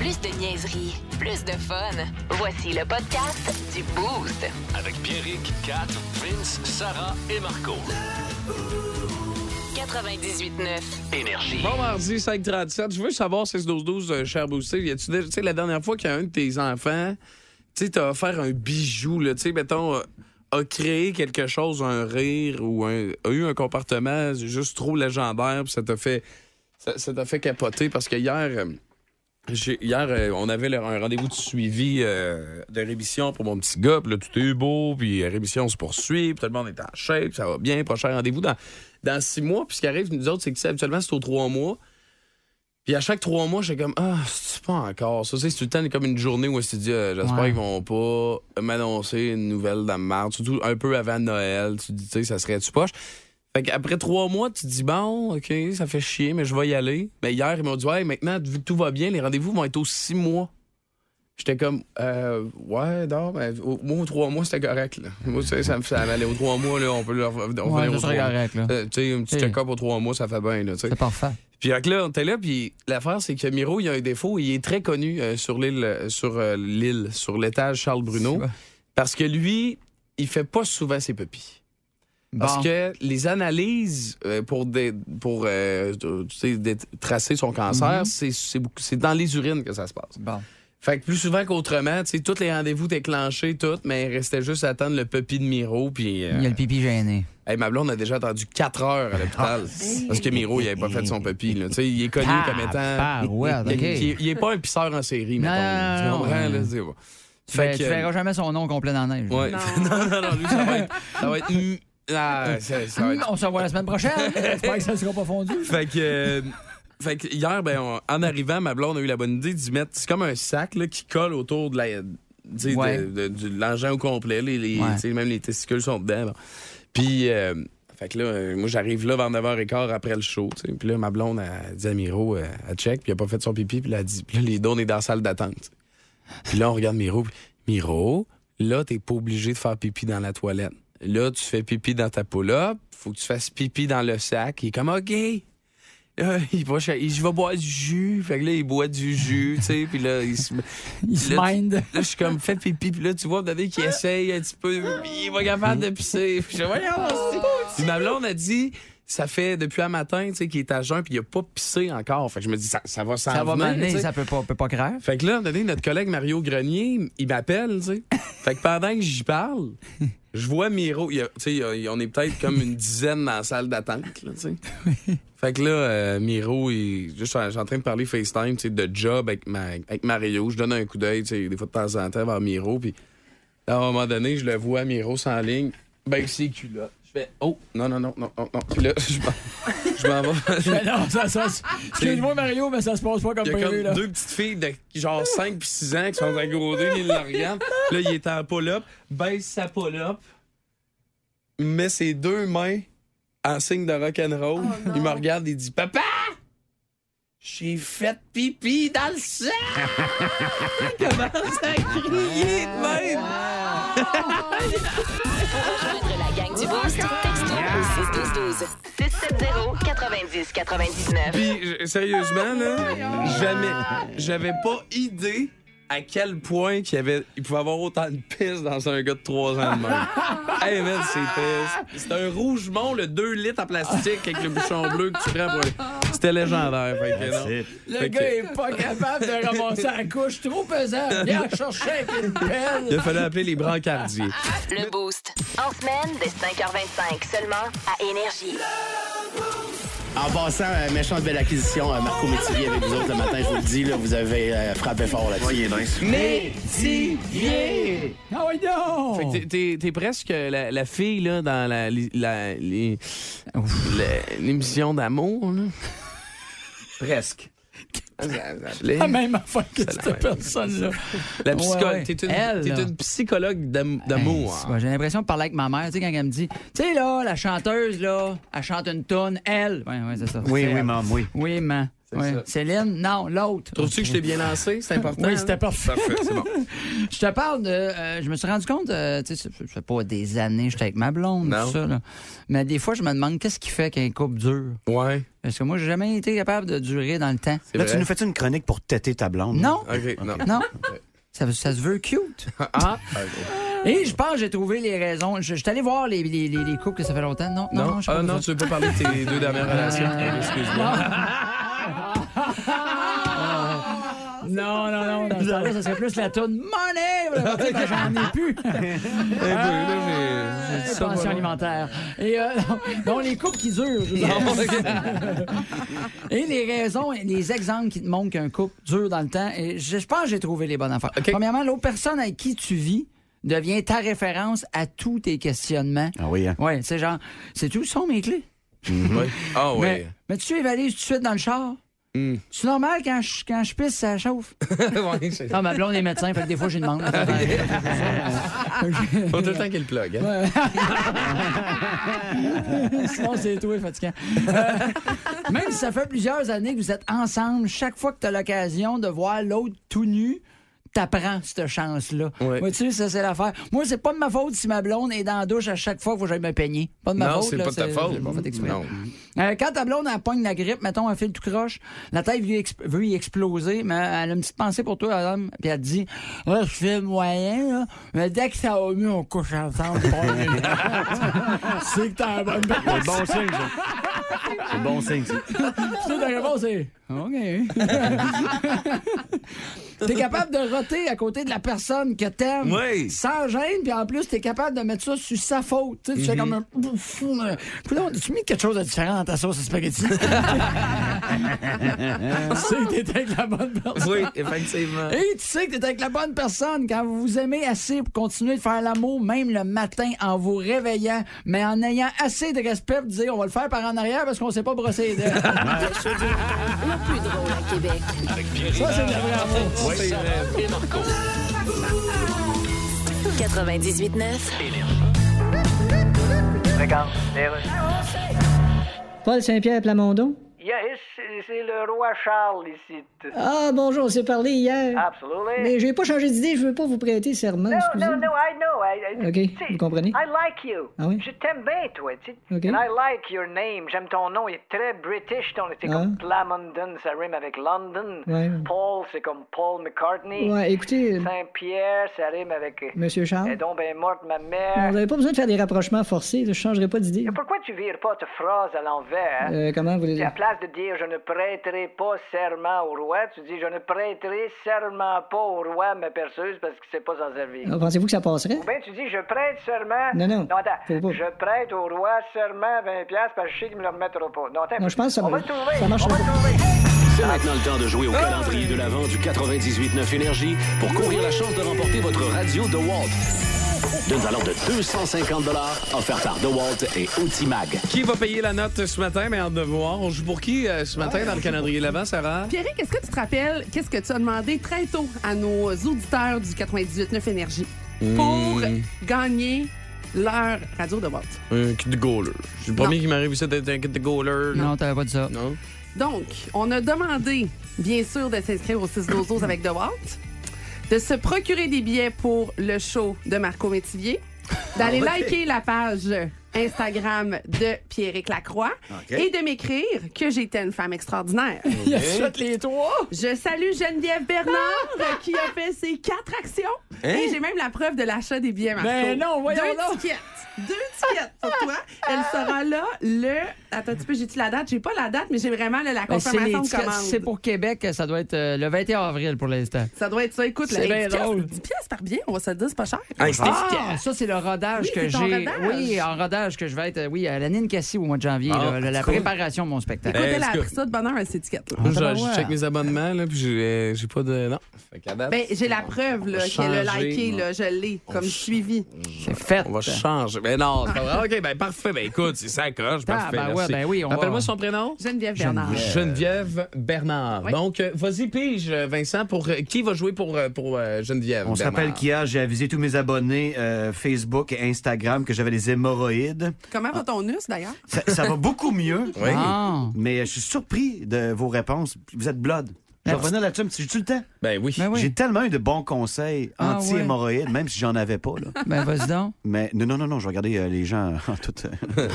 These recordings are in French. Plus de niaiserie, plus de fun. Voici le podcast du Boost. Avec Pierrick, Kat, Vince, Sarah et Marco. 98.9. Énergie. Bon mardi 537, je veux savoir 6-12-12, euh, cher Boosté, y a-tu déjà- tu sais, la dernière fois qu'il y a un de tes enfants, tu sais, t'as offert un bijou, là, tu sais, mettons, euh, a créé quelque chose, un rire ou un- a eu un comportement juste trop légendaire, puis ça t'a fait, ça, ça t'a fait capoter parce que hier, euh, j'ai- hier, euh, on avait le- un rendez-vous de suivi euh, de rémission pour mon petit gars. Puis là, tout est beau, puis la rémission se poursuit, puis tout le monde est en shape, ça va bien. Prochain rendez-vous dans, dans six mois. Puis ce qui arrive, nous autres, c'est que tu sais, habituellement, c'est aux trois mois. Puis à chaque trois mois, j'ai comme Ah, c'est pas encore ça. Tu sais, C'est tout le temps comme une journée où on se dit Euh, J'espère qu'ils vont pas m'annoncer une nouvelle dans la marde. Surtout un peu avant Noël. Tu te dis, tu sais, ça serait-tu poche? Fait qu'après trois mois, tu te dis bon, OK, ça fait chier, mais je vais y aller. Mais hier, ils m'ont dit Ouais, maintenant, vu que tout va bien, les rendez-vous vont être aux six mois. J'étais comme euh, Ouais, non, mais au- moi, aux trois mois, c'était correct. Là. Moi, tu sais, ça me ça m'allait aux trois mois, là, on peut leur. On Ouais, venir ça aux serait trois- correct, là. Euh, tu sais, un petit Hey. check-up aux trois mois, ça fait bien, là, tu sais. C'est parfait. Puis fait que là, on était là, puis l'affaire, c'est que Miro, il a un défaut. Il est très connu euh, sur l'île, euh, sur euh, l'île, sur l'étage Charles Bruno, C'est vrai. parce que lui, il fait pas souvent ses pupilles. Parce Bon. que les analyses euh, pour, dé- pour euh, tu sais, dé- tracer son cancer, c'est- c'est beaucoup- c'est dans les urines que ça se passe. Mhm. Bon. Fait que plus souvent qu'autrement, tu sais, tous les rendez-vous déclenchés, tout, mais il restait juste à attendre le puppy de Miro, puis... euh, Il y a le pipi gêné. Hey, ma blonde a déjà attendu 4 heures à l'hôpital. parce que Miro, il avait pas fait son papy. Là. Tu sais, Il est connu Ah, comme étant. parouette, ok. il, il- il est pas un pisseur en série, Ah, Non, mettons. là. tu non, non, comprends? non. là, c'est bon. Fait Tu fais- tu que- verras jamais son nom complet dans la neige. Ouais. Non. non, non, lui, ça va être. Ça va être. hum, ah, ça- ça va Hum, être- On se revoit la semaine prochaine. hein? J'espère que ça ne sera pas fondu. Fait que. euh, Fait que hier, ben, on- en arrivant, ma blonde a eu la bonne idée d'y mettre. C'est comme un sac là, qui colle autour de la. tu sais, de- Ouais. de- du- de l'engin au complet. Les, les- Ouais. tu sais, Même les testicules sont dedans. bon. Puis, euh, fait que là, euh, moi, j'arrive là vers 9h15 après le show. tu sais. Puis là, ma blonde, elle dit à Miro, euh, elle, elle check, puis elle a pas fait son pipi, puis elle a dit, puis là, les deux, on est dans la salle d'attente. Puis là, on regarde Miro, puis Miro, là, t'es pas obligé de faire pipi dans la toilette. Là, tu fais pipi dans ta pull-up, faut que tu fasses pipi dans le sac. Il est comme, OK. Là, il va, cher- il va boire du jus. Fait que là, il boit du jus, tu sais, puis là, il se... Il se Là, tu- mind. Là, je suis comme, fais pipi. Puis là, tu vois, donné qu'il essaye un petit peu. Il va capable de pisser. Puis je dis, voyons, c'est- Puis ma blonde a dit, ça fait depuis un matin, tu sais, qu'il est à jeun, puis il a pas pissé encore. Fait que je me dis, ça, ça va s'en Ça va venir, tu m'amener, sais. ça peut pas, peut pas grave. Fait que là, à un moment donné, notre collègue Mario Grenier, il m'appelle, tu sais. Fait que pendant que j'y parle, je vois Miro. il y a- Tu sais, il y a- il y- on est peut-être comme une dizaine dans la salle d'attente, là, tu sais. Fait que là, euh, Miro, il, juste, je suis en train de parler FaceTime, tu sais, de job avec, ma- avec Mario. Je donne un coup d'œil, tu sais, des fois de temps en temps vers Miro. Puis à un moment donné, je le vois, Miro, sans ligne, ben ses culottes. Je fais, oh, non, non, non, non, non, non. Puis là, je m'en- je m'en vais. Ben non, ça, ça. excuse-moi, Mario, mais ça se passe pas comme Il y a comme deux petites filles de genre 5 puis 6 ans qui sont à gros deux, ils le regardent. Là, il est en pull-up, baisse sa pull-up, met ses deux mains en signe de rock'n'roll. il me regarde et dit Papa, j'ai fait pipi dans le sang! Commence à crier de même! Rejoindre la gang du Boost. Texto au 612 12. 670 90 99. Puis, je- sérieusement, là, jamais, j'avais pas idée à quel point qu'il y avait, il pouvait avoir autant de pistes dans un gars de 3 ans de même. hey, man, c'est pisse. C'est un Rougemont, le 2 litres en plastique avec le bouchon bleu que tu prends pour... le- C'était légendaire, fait que non. Le Fait que- est pas capable de ramasser la couche. Trop pesant. Viens chercher avec une Il pelle. a fallu appeler les brancardiers. Le Boost. En semaine dès 5h25 seulement à Énergie. En passant, euh, méchante belle acquisition, euh, Marco Métivier avec vous autres le matin, je vous le dis, là, vous avez euh, frappé fort là-dessus. Ah oui, non. Fait que t'es- t'es- t'es presque la, la fille, là, dans la, li- la- les- la- l'émission d'amour, là. Presque. Ça- ça plaît. La même affaire que la cette même. personne-là. La psycho- Ouais, ouais. T'es une, Elle, t'es là. une psychologue d'am- Hey, d'amour. c'est- ouais, J'ai l'impression de parler avec ma mère, tu sais, quand elle me dit, tu sais, là, la chanteuse, là, elle chante une tonne, elle. Oui, oui, c'est ça. Oui, C'est oui, elle. maman, oui. Oui, maman. Ouais. Céline, non, l'autre. Trouves-tu que je t'ai bien lancé? C'est important. hein? Oui, c'était parfait. Parfait, c'est bon. Je te parle de. euh, je me suis rendu compte, euh, tu sais, ça fait pas des années, j'étais avec ma blonde, Non. tout ça, là. Mais des fois, je me demande qu'est-ce qui fait qu'un couple dure. Ouais. Parce que moi, j'ai jamais été capable de durer dans le temps. C'est Là, vrai. tu nous fais une chronique pour têter ta blonde? Non, OK, non. non. Ça, ça se veut cute. Ah, Et je pense que j'ai trouvé les raisons. Je, je suis allé voir les, les, les- les couples que ça fait longtemps. Non, non, non. non, je ah, non, tu suis pas besoin. veux pas parler de tes deux dernières relations. Excuse-moi. Euh, non, non, non. Dans ce temps-là, ça serait plus la toune Money! pour la Ah, partie que J'en ai plus. Eh ben, là, j'ai- j'ai dit ça, Pension voilà. alimentaire. Et euh, non, non, les couples qui durent. je veux dire. et les raisons, et les exemples qui te montrent qu'un couple dure dans le temps. Et je, je pense que j'ai trouvé les bonnes affaires. OK. Premièrement, l'autre personne avec qui tu vis devient ta référence à tous tes questionnements. Ah oui, hein? Ouais, c'est genre, c'est tout sont mes clés. Ouais. Ah, ouais. Mais, mais tu évalues tout de suite dans le char. Hmm. C'est normal quand je, quand je pisse, ça chauffe. Ouais, c'est- Ah, ma blonde est médecin, fait que des fois, j'ai demande. Faut tout le temps qu'il plug. Hein? Sinon, c'est toi, fatigant. Euh, même si ça fait plusieurs années que vous êtes ensemble, chaque fois que tu as l'occasion de voir l'autre tout nu, t'apprends cette chance-là. Ouais. Moi, tu sais, ça, c'est l'affaire. Moi, c'est pas de ma faute si ma blonde est dans la douche à chaque fois qu'il faut que j'aille me peigner. Pas de ma Non, faute. c'est là, pas de ta faute. j'ai pas fait exprès. Non. Euh, quand ta blonde elle pogne la grippe, mettons, elle file tout croche, la tête veut, exp- veut y exploser, mais elle a une petite pensée pour toi, madame, puis elle te dit Là, je fais moyen, là, mais dès que ça va mieux, on couche ensemble. c'est que t'as un bon C'est bon signe, ça. C'est bon signe, ça. Puis ta réponse est OK. t'es capable de roter à côté de la personne que t'aimes Oui. sans gêne, puis en plus, t'es capable de mettre ça sur sa faute. Tu sais, tu fais comme un. Ouf, un- Puis là, on tu mis quelque chose de différent dans ta sauce à spaghetti. tu sais que t'es avec la bonne personne. Oui, effectivement. Et tu sais que t'es avec la bonne personne quand vous vous aimez assez pour continuer de faire l'amour, même le matin, en vous réveillant, mais en ayant assez de respect pour dire on va le faire par en arrière parce qu'on sait pas brosser les dents. Le plus drôle à Québec. Avec Pierre Hébert, c'est de la vraie amour. Francis c'est Sarah et Marco. 98.9. Paul Saint-Pierre Plamondon. Yes, c'est- c'est le roi Charles ici. Ah, bonjour, on s'est parlé hier. Absolutely. Mais j'ai pas changé d'idée, je veux pas vous prêter serment, No, excusez. no, no, I know. I, I- OK, tu sais, vous comprenez? I like you. Ah oui? Je t'aime bien, toi, tu sais. OK. And I like your name. J'aime ton nom, il est très british. Ton, c'est Ah. comme Plamondon, ça rime avec London. Ouais. Paul, c'est comme Paul McCartney. Ouais, écoutez, euh, Saint-Pierre, ça rime avec... Monsieur Charles, Et donc, ben, morte ma on mère. n'avait pas besoin de faire des rapprochements forcés, là, je changerai pas d'idée. Et Pourquoi tu vires pas ta phrase à l'envers? hein? Euh, comment vous voulez Et à dire? place de dire je ne prêterai pas serment au roi, tu dis je ne prêterai serment pas au roi ma perceuse parce que c'est pas s'en servir. Ah, Pensez-vous que ça passerait? Ou bien tu dis je prête serment. Non, non, Non, attends. faut pas. Je prête au roi serment 20$ parce que je sais qu'il me le remettra pas. Non, attends. Non, je pense que ça On va me- le trouver. ça marche On va pas. le trouver. C'est maintenant le temps de jouer au calendrier de l'Avent du 98.9 Énergie pour courir la chance de remporter votre radio DeWalt. D'une valeur de 250 offerte par DeWalt et Outimag. Qui va payer la note ce matin? Mais hâte de voir. On joue pour qui euh, ce matin dans le calendrier l'avant, Sarah? Pierrick, est-ce que tu te rappelles qu'est-ce que tu as demandé très tôt à nos auditeurs du 98.9 Énergie Hmm. pour gagner leur radio de Walt? Un kit de goaler. C'est le premier qui m'arrive ici d'être un kit de goaler. Non, t'avais pas dit ça. Non? Donc, on a demandé, bien sûr, de s'inscrire au 6 12 12 avec The Walt, de se procurer des billets pour le show de Marco Métivier, d'aller Ah liker la page Instagram de Pierrick Lacroix et de m'écrire que j'étais une femme extraordinaire. Il a fait les trois. Ah! Je salue Geneviève Bernard euh, qui a fait ses quatre actions. Et j'ai même la preuve de l'achat des billets, Marco. Ben Hein? non, voyons Deux donc. tickets. Deux tickets pour toi. Elle sera là le... Attends un petit peu, j'ai-tu la date? J'ai pas la date, mais j'ai vraiment là, la Ben, c'est confirmation les de tickets. commande. Si c'est pour Québec, ça doit être euh, le 21 avril pour l'instant. Ça doit être ça. Écoute, C'est bien là, 10 piastres- drôle. 10 piastres par billet, on va se le dire, c'est pas cher. Ah, ça, c'est le rodage Oui, que c'est ton j'ai. rodage. Oui, Ben, en rodage que je vais être, euh, oui, à la Nine Cassie au mois de janvier, Ah, là, la, la cool. préparation de mon spectacle. Écoute, Ben, elle a est-ce que- appris ça de bonheur à cette étiquette-là. Moi, Ah, je, ouais. je check mes abonnements, là, puis j'ai euh, j'ai pas de. Non. Fait qu'à date, Ben, j'ai la preuve là, va qu'elle a changer, liké, moi. là, je l'ai comme suivi. C'est fait. on va changer. Ben non, c'est pas vrai. OK, ben parfait. Ben écoute, c'est ça, coche. Ah, Parfait. ben ouais, merci. ben oui, on va- Rappelle-moi son prénom. Geneviève Bernard. Geneviève Bernard. Oui. Donc, euh, vas-y, pige, euh, Vincent, pour euh, qui va jouer pour, euh, pour euh, Geneviève On se Bernard? rappelle qu'hier, j'ai avisé tous mes abonnés euh, Facebook et Instagram que j'avais des hémorroïdes solide. Comment va ton us, d'ailleurs? Ça, ça va beaucoup mieux. Oui. Ah. Mais je suis surpris de vos réponses. Vous êtes blood. Je vais revenir là-dessus, mais j'ai-tu le temps? Ben oui. Ben oui. J'ai tellement eu de bons conseils Ah, anti-hémorroïdes, même si j'en avais pas. Là. Ben, vas-y donc. Mais non, non, non, non, je regardais euh, les gens en tout. euh,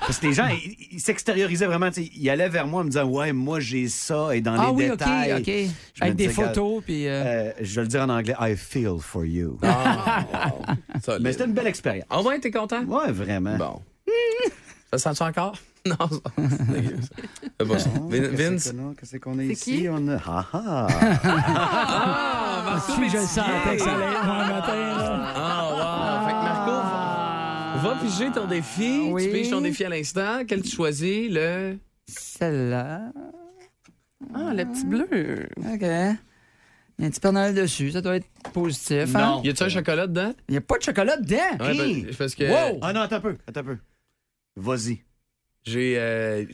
Parce que les gens, ils ils s'extériorisaient vraiment. tu sais, Ils allaient vers moi en me disant Ouais, moi j'ai ça et dans Ah les oui, OK, détails. OK. Je me Avec des disais, photos, puis... euh, Euh, je vais le dire en anglais I feel for you. Ah, Solide. Mais c'était une belle expérience. Au moins, t'es content? Ouais, vraiment. Bon. ça sent-tu encore? Non, ça- c'est dégueu, ça. Fais pas ça. Vin- Vince? Hein, Qu'est-ce qu'on est, ici? qui? On a. Ah Puis je le sentais que ça allait être un matin, là. Ah, wow! Fait que Marco, va- va piger ton défi. Oui. Tu piges ton défi à l'instant. Quel tu choisis? Le... Celle-là. Ah, le petit bleu. OK. Il y a un petit Père Noël dessus. Ça doit être positif. hein? Y a-tu un chocolat dedans? Il n'y a pas de chocolat dedans. Ouais, Hey! Ah ben, parce que Wow! non, attends un peu. Attends un peu. Vas-y. j'ai. euh,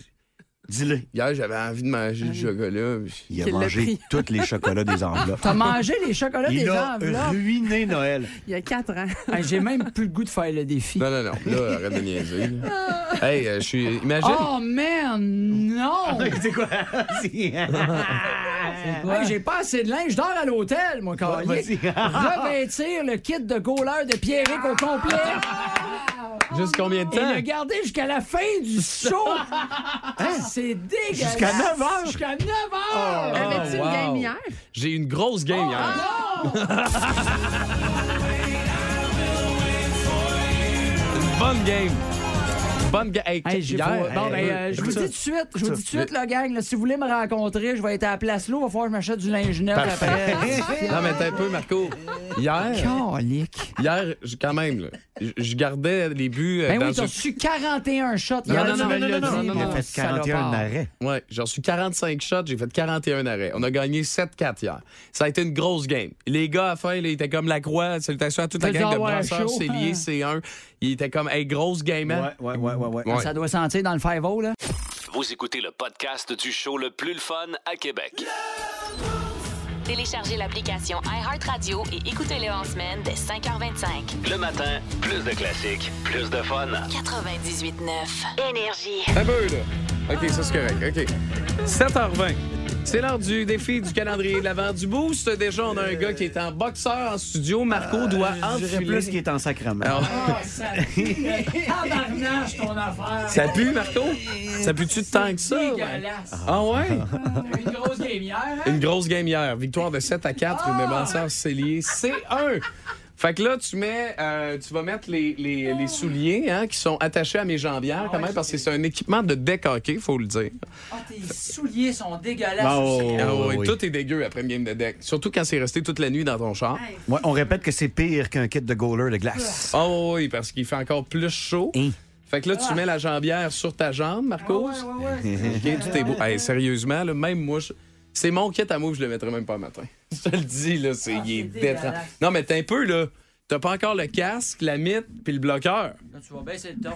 Dis-le. hier, j'avais envie de manger du chocolat. puis- Il a Qu'il l'a mangé pris. tous les chocolats des enveloppes. T'as mangé les chocolats Il des a enveloppes. ruiné Noël. Il y a quatre ans. Hey, J'ai même plus le goût de faire le défi. Non, non, non. Là, arrête de niaiser. là. hey, euh, je suis. Imagine. Oh, man, non! C'est quoi? Ouais, J'ai pas assez de linge. Je dors à l'hôtel, mon vas-y. calier. Revêtir le kit de goaler de Pierrick au complet Juste combien de et le temps? garder jusqu'à la fin du show. C'est dégueulasse. Jusqu'à 9 heures? Jusqu'à 9 heures. Avais-tu Oh, wow. une game hier? Oh! J'ai une grosse game hier. Une bonne game. Bonne game. Hey, Hey, j'ai hier, pas- Bon, hey, ben, euh, je vous dis tout de suite, je vous dis tout de suite, le gang, là, si vous voulez me rencontrer, je vais être à la place là, il va falloir que je m'achète du linge neuf après. Non, mais t'es un peu, Marco. Hier, Calique. hier j- quand même, là, j- je gardais les buts euh, Ben dans oui, t'as une- reçu 41 shots. Non, hier, non, tu non, me non, l'as non, dit, non, mon non, Il a fait 41 salopard. arrêts. Ouais, j'ai reçu 45 shots, j'ai fait 41 arrêts. On a gagné 7-4 hier. Ça a été une grosse game. Les gars, à la fin, là, ils étaient comme la croix. Salutations à toute la Ils gang de doivent avoir brasseurs, chaud. Ah. Célier, C1. Ils étaient comme, hey, grosse game, hein? ouais, ouais, ouais. Ouais. Ça doit sentir dans le 5-0, là. Vous écoutez le podcast du show le plus le fun à Québec. Téléchargez l'application iHeartRadio et écoutez-le en semaine dès 5h25. Le matin, plus de classiques, plus de fun. 98.9. Énergie. Un peu, là. OK, ça, c'est correct. OK. 7h20. C'est l'heure du défi du calendrier de l'avant du boost. Déjà, on a un gars qui est en boxeur en studio. Marco doit Ah, Je dirais enfiler... Ah. plus qu'il est en sacrement. Alors, Ah, Tabarnage, ton affaire. ça pue, Marco? Ça pue-tu de tant que ça? ouais? Ah ouais? T'as eu une grosse game hier, hein? Une grosse game hier. Victoire de 7 à 4, mais Mansard Cellier, c'est 1. Fait que là, tu mets, euh, tu vas mettre les, les- les souliers hein, qui sont attachés à mes jambières quand même, parce que c'est un équipement de deck hockey, il faut le dire. Ah, tes souliers sont dégueulasses. Oh, aussi. Ah oui, ouais, oui. Tout est dégueu après une game de deck. Surtout quand c'est resté toute la nuit dans ton char. Ouais, on répète que c'est pire qu'un kit de goaler de glace. Oh oui, parce qu'il fait encore plus chaud. Hein. Fait que là, Ah. tu mets la jambière sur ta jambe, Marcos. Ok, tout est beau. Hey, sérieusement, là, même moi, je- c'est mon kit à moi, je le mettrais même pas le matin. Je te le dis, là, Ah, c'est, il est détran- Non, mais t'es un peu, là. T'as pas encore le casque, la mitte, puis le bloqueur. Là, tu vas baisser le ton.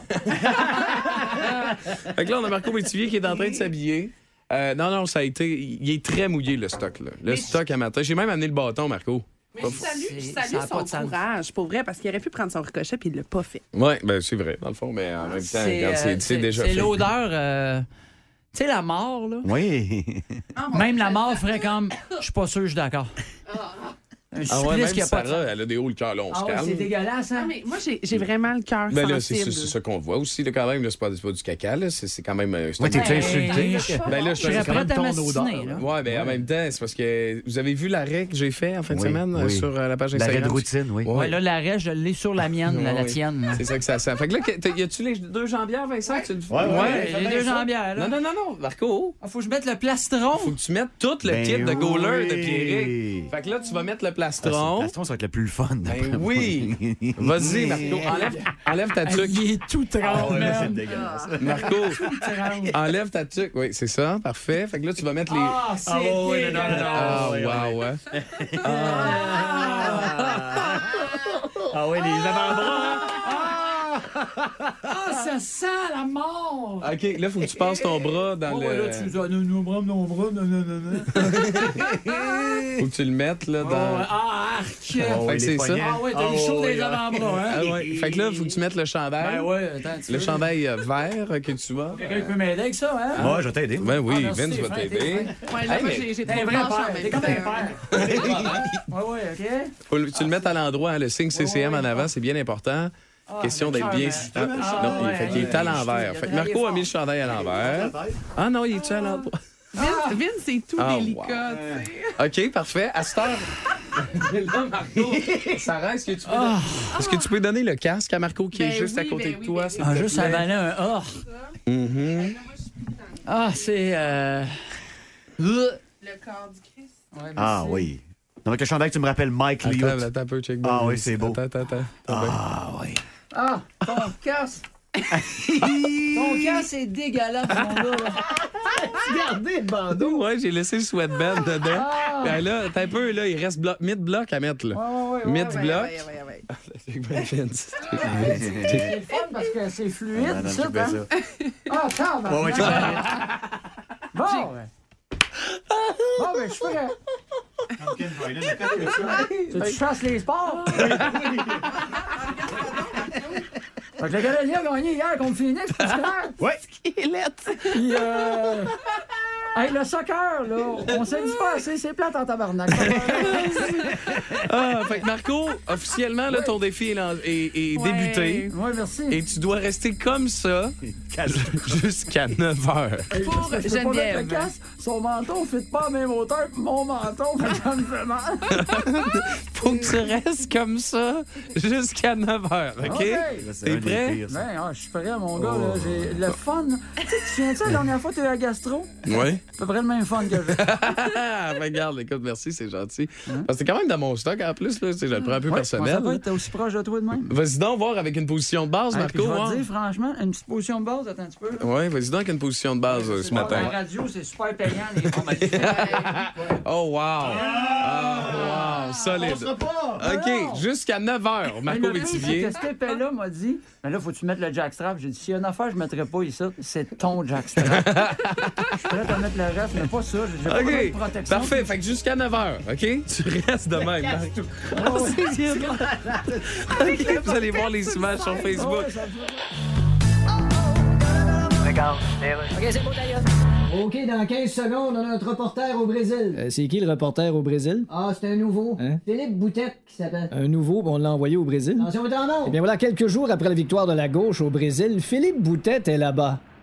Fait que là, on a Marco Métivier qui est en train de s'habiller. Euh, non, non, ça a été. Il est très mouillé, le stock, là. Le stock à matin. J'ai même amené le bâton, Marco. Mais je salue, je C'est- salue ça a pas de son sens. courage, pour vrai, parce qu'il aurait pu prendre son ricochet puis il l'a pas fait. Ouais, ben, c'est vrai, dans le fond, mais en même temps, C'est, regarde, euh, c'est, c'est déjà C'est fait. l'odeur. euh, Tu sais, la mort, là. Oui. Même la mort ferait comme. Je suis pas sûr, je suis d'accord. Un Ah ouais, supplice même qui a pas de Sarah, elle a des hauts le cœur, là, on Ah se ouais, calme. c'est dégueulasse, hein? Non, mais moi, j'ai j'ai vraiment le cœur Ben là, c'est sensible. c'est- c'est ça qu'on voit aussi, là, quand même. Là, c'est pas, c'est pas du caca, là. C'est c'est quand même. euh, c'est Ouais, un- t'es Hey, insulté. je- Ben là, je Je serais fais quand même prête à ton m'astiner, là. odeur. Ouais, mais en même temps, c'est parce que vous avez vu l'arrêt que j'ai fait en fin de Oui, semaine euh, oui. sur euh, la page La Instagram. raide routine, oui. Ouais. Ouais, là, l'arrêt, je l'ai sur la mienne, là, la Ouais. tienne. là. C'est ça que ça sent. Fait que là, que- t'as- y a-tu les deux jambières, Vincent? que tu le- ouais, Ouais, fais les bien deux ça. jambières, là. Non, non, non, non, Marco. Ah, faut que je mette le plastron. Faut que tu mettes tout le Ben kit de oui. goaler de Pierrick. Fait que là, tu vas mettre le plastron. Plastron, ça va être le plus fun. d'après Ben moi. oui! Vas-y, Marco, enlève, enlève ta tuque. Il est tout Ah tremble, ouais, là, c'est man. dégueulasse. Marco, enlève ta tuque. Oui, c'est ça, parfait. Fait que là, tu vas mettre les. Ah, c'est Ah ouais, non, non, dégueulasse. Ah, non, non, non. wow, ouais. Ah oui, les avant-bras. hein? Ah, ça sent la mort! OK, là, faut que tu passes ton bras dans Oh, le. ouais, là, tu non, non, bras, non, bras, non, non, non, non. Faut que tu le mettes, là, dans. Ah, arc! fait que c'est ça. Ah ouais, t'as eu chaud des avant-bras, hein? Ah ouais. Fait que là, faut que tu mettes le chandail. Ben ouais, attends, tu Le veux. chandail euh, vert euh, que tu as. Quelqu'un peut m'aider avec ça, hein? Moi, je vais t'aider. Ben oui, Ah, merci, Vince va Vince, t'aider. Ouais, là, Hey, moi, mais- j'ai j'ai T'es trop un de vrai branches en père, même t'es comme un temps. père. Ouais, ouais, ok. Faut le- Tu le mets à l'endroit, hein, le signe CCM en avant, c'est bien important. Ah, Question d'être d'accord, bien. mais- Ah, Ah, non, il, ouais, fait qu'il est à ouais, l'envers. je- Fait que je- Marco a je- mis le chandail à l'envers. Ah non, il est-tu à l'endroit? Vin, Vin, c'est tout Ah, délicat. tu sais. OK, parfait. À cette heure. Là, Marco, Sarah, est-ce que tu peux, est-ce que tu peux donner le casque à Marco qui est Ah. Ben juste à oui, côté ben de oui, Mm-hmm. toi? ben s'il Ah, te juste plaît? avaler un or. Ah, c'est. Euh... euh, Le corps du Christ. Ah oui. Non, avec le chandail, tu me rappelles Mike Lee. Attends, attends un peu, check Ah bien. oui, c'est beau. Attends, attends, attends. Ah oui. Ah, ton casse. ton casse est dégueulasse, mon gars. Regardez le bandeau. Ouais, j'ai laissé le sweatband dedans. Ben là, t'as un peu, là, il reste bloc, mid bloc à mettre, là. ouais, mid bloc. Ah. Ouais, ouais, ouais. Check bien, Vince. Ah, C'est le fun parce que c'est fluide, ça. hein. check bien ça. Ah, attends, Ouais, ouais, check bien. Bon, ben. Bon, ben, je suis prêt. Tu veux que Ah, je fasse les sports? Fait que le Canadien a gagné hier contre Phoenix, pour Ouais. Puis, euh... hey, le soccer, là, on s'est dit pas assez, c'est plate en tabarnak. Ah, fait que Marco, officiellement, là, ton défi est, lan- est- est Ouais. débuté. Ouais, merci. Et tu dois rester comme ça jusqu'à 9 heures. Pour Je peux pas mettre le Geneviève. casque, son menton fit pas à la même hauteur que mon menton, fait que ça me fait mal. Faut que tu restes comme ça jusqu'à 9 heures, OK? Ok. T'es prêt? Ben, ah, je suis prêt, mon gars. là, j'ai le fun. Tu sais, tu te souviens de ça, la dernière fois, tu eu à gastro? Oui. À peu près le même fun que j'ai. Ah, ben, regarde, écoute, merci, c'est gentil. Hein? Parce que c'est quand même dans mon stock en plus, là, tu sais, je le prends un peu Je pensais pas personnel. être aussi proche de toi de même. Vas-y donc voir avec une position de base, Hey, puis Marco. je vais te hein? dire, franchement, une petite position de base, attends un petit peu. là. Ouais, vas-y donc avec une position de base euh, C'est ce bon, matin. La radio, c'est super payant. Les Oh, wow! Ah, wow, solide. OK, jusqu'à 9 h Mais Marco le pire, c'est Métivier. que cet épais-là m'a dit, mais là, faut que tu mettes le jackstrap. J'ai dit, s'il y a une affaire, je ne mettrai pas ici, c'est ton jackstrap. je suis prêt à mettre le reste, mais pas ça. J'ai pas besoin de OK, protection. parfait. Fait que jusqu'à 9 h OK? Tu restes de même. Marco. Oh, c'est drôle. OK, vous allez voir les images sur Facebook. Ouais, ça me fait- OK, dans 15 secondes, on a notre reporter au Brésil. Euh, c'est qui le reporter au Brésil? Ah, c'est un nouveau. Philippe Boutette qui s'appelle. Un nouveau, on l'a envoyé au Brésil. Attention au Eh bien voilà, quelques jours après la victoire de la gauche au Brésil, Philippe Boutette est là-bas.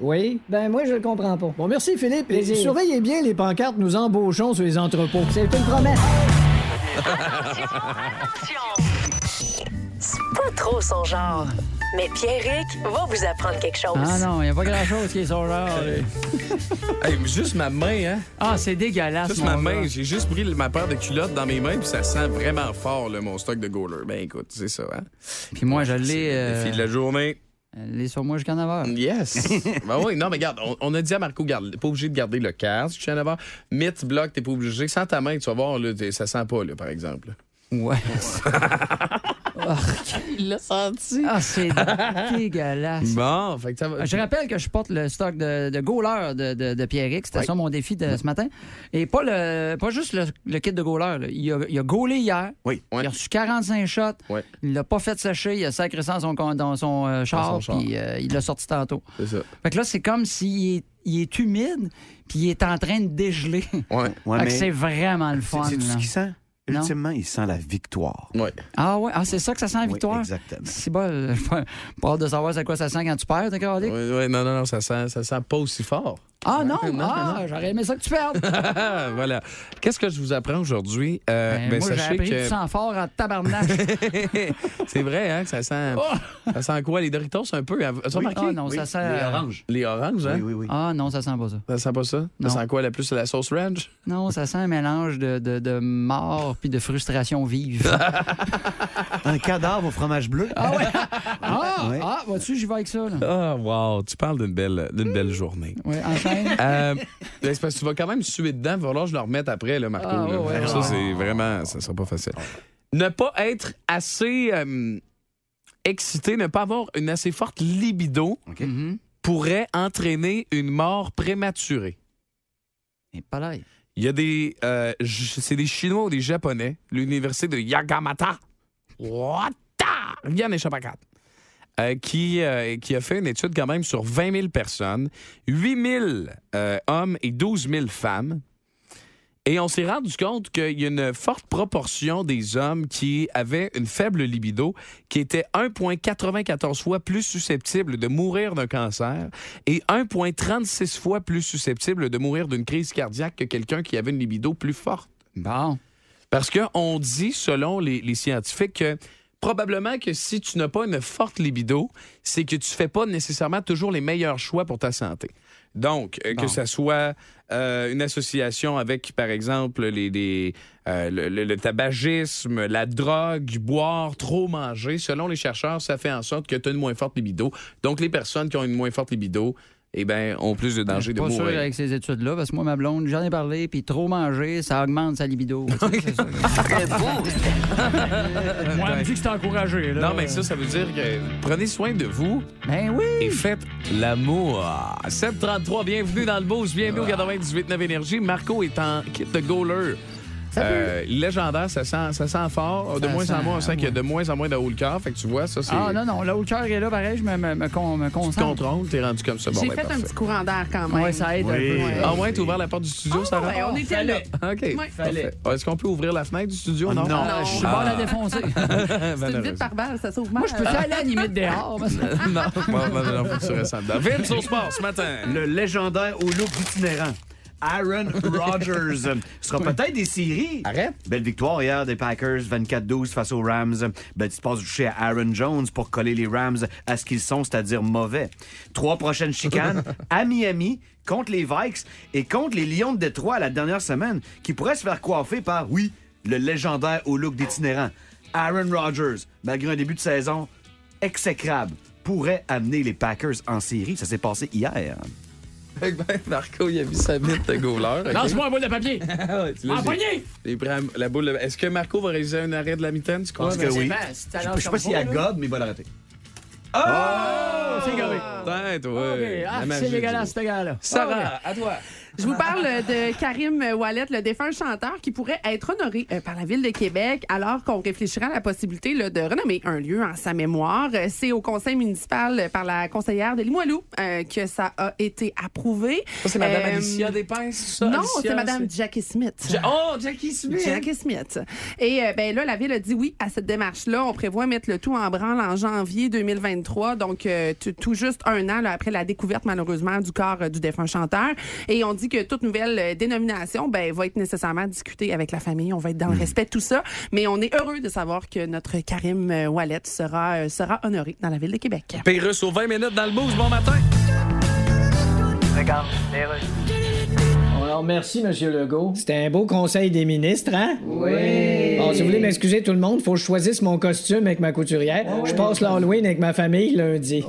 Oui. Ben, moi, je le comprends pas. Bon, merci, Philippe. Et surveillez bien les pancartes, nous embauchons sur les entrepôts. C'est une promesse. C'est pas trop son genre. Mais Pierrick va vous apprendre quelque chose. Ah non, il n'y a pas grand-chose qui est son genre. là. Euh, Hey, juste ma main, hein? Ah, c'est dégueulasse. Juste mon ma gars. main, j'ai juste pris ma paire de culottes dans mes mains, puis ça sent vraiment fort, là, mon stock de goaler. Ben écoute, c'est ça, hein? Puis moi, je l'ai. C'est le euh, défi de la journée. Elle est sur moi jusqu'à 9 heures. Yes. ben oui, non, mais regarde, on, on a dit à Marco, garde, t'es pas obligé de garder le casque, tu viens d'avoir. Mythe, bloc, t'es pas obligé. Sans ta main, tu vas voir, là, t'es- ça sent pas, là, par exemple. Ouais. Il l'a senti. Ah, c'est dégueulasse. Bon, fait que ça va. Je rappelle que je porte le stock de, de goaler de, de, de Pierrick. C'était ça mon défi de ce matin. Et pas, le, pas juste le, le kit de goaler. là. Il a, il a goalé hier. Oui. Ouais. Il a reçu 45 shots. Ouais. Il l'a pas fait sécher. Il a sacré ça dans son, con- dans son euh, char. Dans son Puis euh, il l'a sorti tantôt. C'est ça. Fait que là, c'est comme s'il est, il est humide, puis il est en train de dégeler. Ouais. Ouais, mais Fait que c'est c'est vraiment le fun. c'est tout ce là. qu'il sent. Non. Ultimement, il sent la victoire. Ouais. Ah ouais, ah, c'est ça que ça sent la Oui, victoire? exactement. C'est bon, pas hâte de savoir c'est quoi ça sent quand tu perds, t'es carré. Ouais, ouais, non, non, non, ça sent, ça sent pas aussi fort. Ah non, Non, ah, non. j'aurais aimé ça que tu perdes. voilà. Qu'est-ce que je vous apprends aujourd'hui? Euh, Ben, ben, moi, j'ai sachez appris que. du sang fort en tabarnak. c'est vrai, hein, que ça sent. Ça sent quoi? Les Doritos, un peu. hein? av- As-tu Oh! Oui. remarqué? Ah non, ça sent- Les oranges. Les oranges, hein? Oui, oui, oui. Ah non, ça sent pas ça. Ça sent pas ça? Non. Ça sent quoi? La plus, c'est la sauce ranch? Non, ça sent un mélange de, de, de mort puis de frustration vive. Un cadavre au fromage bleu. Ah ouais? Ah, ah vois-tu, j'y vais avec ça. Là. Ah, wow. Tu parles d'une belle, d'une belle journée. Oui, enchaîne. Euh, ben, c'est parce que tu vas quand même suer dedans. Il va falloir que je le remette après, là, Marco. Ah, là. ouais, ouais, ça, ouais. c'est vraiment. Ça sera pas facile. Ne pas être assez euh, excité, ne pas avoir une assez forte libido pourrait entraîner une mort prématurée. Et pas là. Il y a des. euh, j- c'est des Chinois ou des Japonais, l'université de Yagamata. What? Rien n'échappe à quatre. Euh, qui, euh, qui a fait une étude quand même sur 20 000 personnes, 8 000 euh, hommes et 12 000 femmes. Et on s'est rendu compte qu'il y a une forte proportion des hommes qui avaient une faible libido, qui étaient 1,94 fois plus susceptibles de mourir d'un cancer et 1,36 fois plus susceptibles de mourir d'une crise cardiaque que quelqu'un qui avait une libido plus forte. Bon. Parce qu'on dit, selon les, les scientifiques, que probablement que si tu n'as pas une forte libido, c'est que tu fais pas nécessairement toujours les meilleurs choix pour ta santé. Donc, euh, que ça soit euh, une association avec, par exemple, les, les, euh, le, le- le tabagisme, la drogue, boire, trop manger, selon les chercheurs, ça fait en sorte que tu as une moins forte libido. Donc, les personnes qui ont une moins forte libido, eh ben, ont plus de danger de pas sûr mourir. avec ces études-là, parce que moi, ma blonde, j'en ai parlé, puis trop manger, ça augmente sa libido. Moi, elle me dit que c'est encouragé. Non, mais ça, ça veut dire que prenez soin de vous. Ben oui. Et faites l'amour. 733, bienvenue dans le Beauce, bienvenue au 98.9 Énergie. Marco est en kit de goaler. Euh, légendaire, ça sent, ça sent fort. De Ça moins en sent, moins, on sent qu'il y a de moins en moins de haut le cœur. Fait que tu vois, ça, c'est. Ah non, non, la hauteur est là, pareil, je me, me, me con- me Tu concentre. contrôles, t'es rendu comme ça. Bon, J'ai ben, fait un parfait. petit courant d'air quand même. Ouais, ça aide un peu. ouais. Ah ouais, t'as ouvert la porte du studio, ça ben, on était là. OK. Ouais. parfait. Est-ce qu'on peut ouvrir la fenêtre du studio? non. Ah, je suis bon à la défoncer. C'est une vite par balle, ça sauve mal. Moi, je peux aller à la limite dehors. parce que- non, non, non, non, faut que tu restes en dedans. Vince au sport ce matin. Le légendaire au look itinérant. Aaron Rodgers. Ce sera peut-être des séries. Arrête. Belle victoire hier des Packers, 24-12 face aux Rams. Ben, Belle petite passe touchée à Aaron Jones pour coller les Rams à ce qu'ils sont, c'est-à-dire mauvais. Trois prochaines chicanes à Miami contre les Vikes et contre les Lions de Détroit la dernière semaine qui pourraient se faire coiffer par, oui, le légendaire au look d'itinérant. Aaron Rodgers, malgré un début de saison exécrable, pourrait amener les Packers en série. Ça s'est passé hier. Fait que ben, Marco, il a vu sa bite de goaler. ok? Lance-moi un bout de papier. Ah ouais, tu l'as, En j'ai- poignée! j'ai pris la- la boule. de- Est-ce que Marco va réaliser un arrêt de la mitaine, tu crois? pense que oui. ben, pas, si t'as l'air Je je sais comme pas s'il y a ça, là. Oh! God, mais il va l'arrêter. C'est gobé. Tête, Ok, Ah! ouais. ah, Euh, La magie c'est du- dégueulasse, ce gars-là. Sarah, à toi. Ah, Je vous parle de Karim Ouellet, le défunt chanteur qui pourrait être honoré euh, par la ville de Québec alors qu'on réfléchira à la possibilité là, de renommer un lieu en sa mémoire. Euh, C'est au conseil municipal euh, par la conseillère de Limoilou euh, que ça a été approuvé. Ça, c'est Madame Euh, Alicia Despins, ça? Non, Alicia, c'est Madame Jackie Smith. Ja- Oh, Jackie hein? Smith! Jackie Smith. Et euh, ben là, la ville a dit oui à cette démarche-là. On prévoit mettre le tout en branle en janvier 2023, donc euh, tout- tout juste un an là, après la découverte malheureusement du corps euh, du défunt chanteur. Et on dit que toute nouvelle euh, dénomination ben, va être nécessairement discutée avec la famille. On va être dans le Mm-hmm. respect de tout ça. Mais on est heureux de savoir que notre Karim euh, Ouellet sera, euh, sera honoré dans la ville de Québec. Pérusse aux 20 minutes dans le boost, bon matin. Alors, merci, M. Legault. C'était un beau conseil des ministres, hein? Oui. Bon, si vous voulez m'excuser, tout le monde, faut que je choisisse mon costume avec ma couturière. je passe l'Halloween avec ma famille lundi.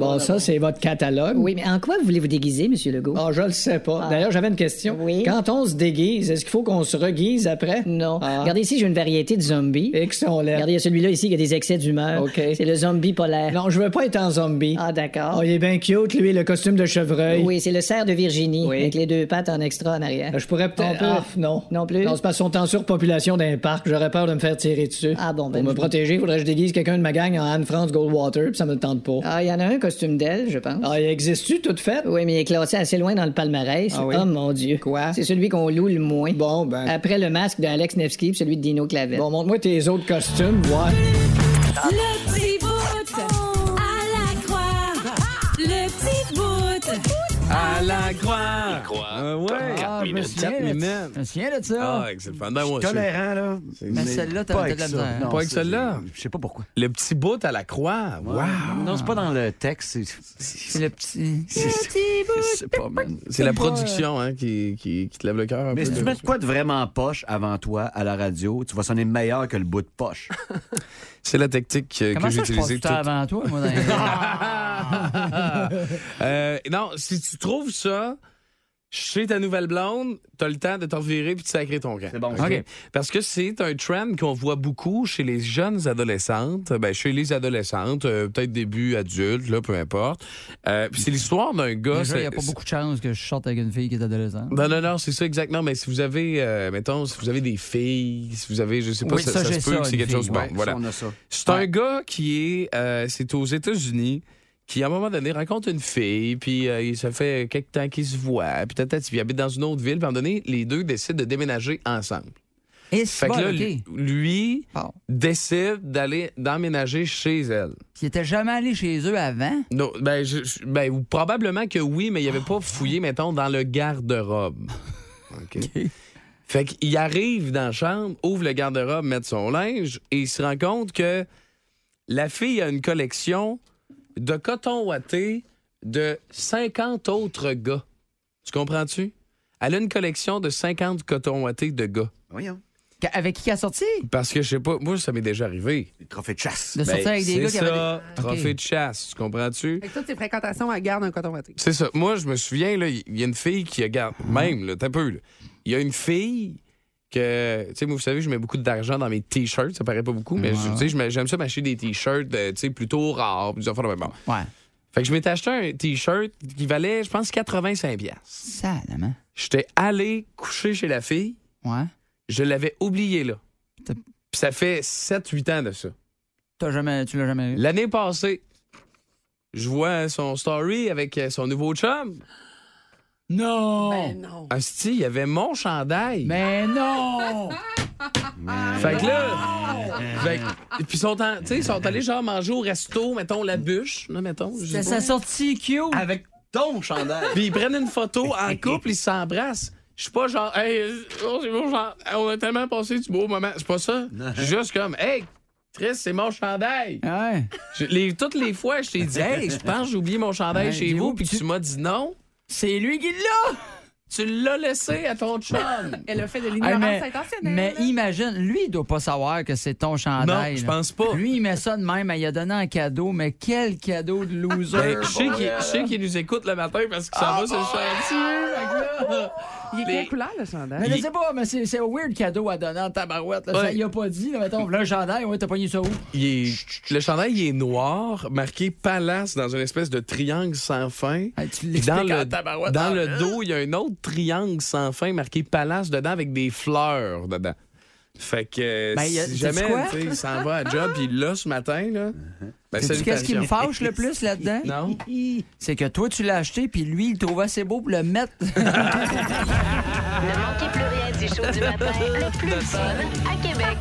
bon, Ah ça, c'est votre catalogue. Oui, mais en quoi voulez-vous déguiser, Monsieur Legault? Ah, je le sais pas. D'ailleurs, j'avais une question. Oui. Quand on se déguise, est-ce qu'il faut qu'on se reguise après? Non. Ah. Regardez ici, j'ai une variété de zombies. Et que sont là. Regardez, il y a celui-là ici qui a des excès d'humeur. OK. C'est le zombie polaire. Non, je veux pas être en zombie. Ah, d'accord. Oh, il est bien cute, lui, le costume de chevreuil. oui, c'est le cerf de Virginie, Oui. avec les deux pattes en extra en arrière. Je pourrais peut-être. Euh, On peut- Ah, non. Non plus? Non, c'est parce qu'on est en surpopulation d'un parc. J'aurais peur de me faire tirer dessus. Ah, bon, ben, Pour me je- protéger, faudrait que je déguise quelqu'un de ma gang en Anne-France Goldwater, puis ça me le tente pas. Ah, il y en a un costume d'elle, je pense. Ah, il existe-tu, toute faite? Oui, mais il est classé assez loin dans le palmarès. Ah oui? Oh mon Dieu. Quoi? C'est celui qu'on loue le moins. Bon, ben. Après le masque d'Alex Nevsky et celui de Dino Clavel. Bon, montre-moi tes autres costumes, voir. Le petit bout à la croix. Le petit bout à À la croix. Ah ouais. Ah, je me souviens de- je me souviens de ça. Ah, excellent. Ben, moi, Je suis c'est- tolérant, là. Mais Ben, celle-là, t'as pas de avec la ça. misère. Pas avec celle-là. Je sais pas pourquoi. Le petit bout à la croix. Wow. Non, c'est pas dans le texte. C'est le petit. C'est pas mal. C'est la production hein, qui, qui, qui te lève le cœur. un Mais peu, si tu là. mets de quoi de vraiment poche avant toi à la radio, tu vas sonner meilleur que le bout de poche. C'est la technique euh, Comment que j'ai ça, je passe utilisée tout tout. avant toi, moi, dans les- Euh, non, si tu trouves ça chez ta nouvelle blonde, t'as le temps de t'en virer puis de sacrer ton camp. C'est bon. ça. Parce que c'est un trend qu'on voit beaucoup chez les jeunes adolescentes, ben chez les adolescentes, euh, peut-être début adulte, là, peu importe. Euh, puis c'est l'histoire d'un gars. Déjà, il n'y a c'est- pas beaucoup de chances que je sorte avec une fille qui est adolescente. non, non, non, c'est ça exactement. Mais si vous avez, euh, mettons, si vous avez des filles, si vous avez, je sais pas, Oui, ça, ça, ça j'ai se peut ça, que c'est une quelque chose. fille. Bon, Ouais, voilà. ça, on a ça. C'est un gars qui est, euh, c'est aux États-Unis, qui à un moment donné rencontre une fille, puis euh, il se fait quelque temps qu'ils se voient, puis tata, il habite dans une autre ville, puis à un moment donné, les deux décident de déménager ensemble. Et fait que bon, là, ok. lui, lui décide d'aller d'emménager chez elle. Puis il était jamais allé chez eux avant. Non, ben, je- je- ben, ou probablement que oui, mais il avait pas fouillé, mettons, dans le garde-robe. OK. Fait qu'il arrive dans la chambre, ouvre le garde-robe, met son linge, et il se rend compte que la fille a une collection de coton ouaté de 50 autres gars. Tu comprends-tu? Elle a une collection de 50 cotons ouatés de gars. Voyons. Qu- Avec qui a sorti? Parce que je sais pas, moi, ça m'est déjà arrivé. Ben, Les trophées de chasse. De sortir avec des gars qui C'est avaient ça, des- trophée Ok. de chasse, tu comprends-tu? Avec toutes tes fréquentations, elle garde un coton maté. C'est ça. Moi, je me souviens, là, il y a une fille qui regarde, même, là, t'as peu, là. Il y a une fille que, tu sais, moi, vous savez, je mets beaucoup d'argent dans mes T-shirts, ça paraît pas beaucoup, mais je- tu sais, je mets- j'aime ça m'acheter des T-shirts, euh, tu sais, plutôt rares, des affaires de même. Bon. Ouais. Fait que je m'étais acheté un T-shirt qui valait, je pense, 85 pièces. Ça, là, man. J'étais allé coucher chez la fille, Ouais. je l'avais oublié là. Puis ça fait 7-8 ans de ça. T'as jamais, tu l'as jamais eu. L'année passée, je vois son story avec euh, son nouveau chum. Non! Mais non! Asti, il y avait mon chandail. Mais non! fait que là. fait que- puis ils sont, en- tu sais, ils sont allés genre manger au resto, mettons la bûche, là, mettons. je sais C'est sa pas. sortie cute. Avec ton chandail. Puis ils prennent une photo en couple, ils s'embrassent. Je suis pas genre, hey, euh, oh, c'est mon chandail. on a tellement passé du beau moment. C'est pas ça. Je suis juste comme, hey, Chris, c'est mon chandail. Ouais. Je- les- toutes les fois, je t'ai dit, hey, je pense que j'ai oublié mon chandail Ouais, chez dis-moi, vous, puis que tu m'as dit non. C'est lui qui l'a! Tu l'as laissé à ton chum. Elle a fait de Hey, l'ignorance Ah, mais, intentionnelle. mais imagine, lui, il doit pas savoir que c'est ton chandail. Non, je là. pense pas. Lui, il met ça de même, il a donné un cadeau, mais quel cadeau de loser! Ben, je sais qu'il- je sais qu'il nous écoute le matin parce qu'il s'en va sur le Ah, chantier. Il est Mais- quelle couleur, le chandail? Mais je Il- sais pas, mais c'est c'est un weird cadeau à donner en tabarouette. Là. Ouais. Ça, il a pas dit, là, mettons, voilà un chandail, ouais, t'as pogné ça où? Il est- le chandail il est noir, marqué palace dans une espèce de triangle sans fin. Puis dans l'expliques le, en tabarouette, dans hein? le dos, il y a un autre triangle sans fin marqué palace dedans avec des fleurs dedans. Fait que euh, Ben, il y a- si sais-tu jamais quoi? tu sais, il s'en va à job puis il l'a ce matin, là, ben, Sais-tu Qu'est-ce qui me salutations. fâche le plus là-dedans? Non. C'est que toi, tu l'as acheté, puis lui, il trouve assez beau pour le mettre. Ne manquez plus rien du show du matin, le plus le fun à Québec.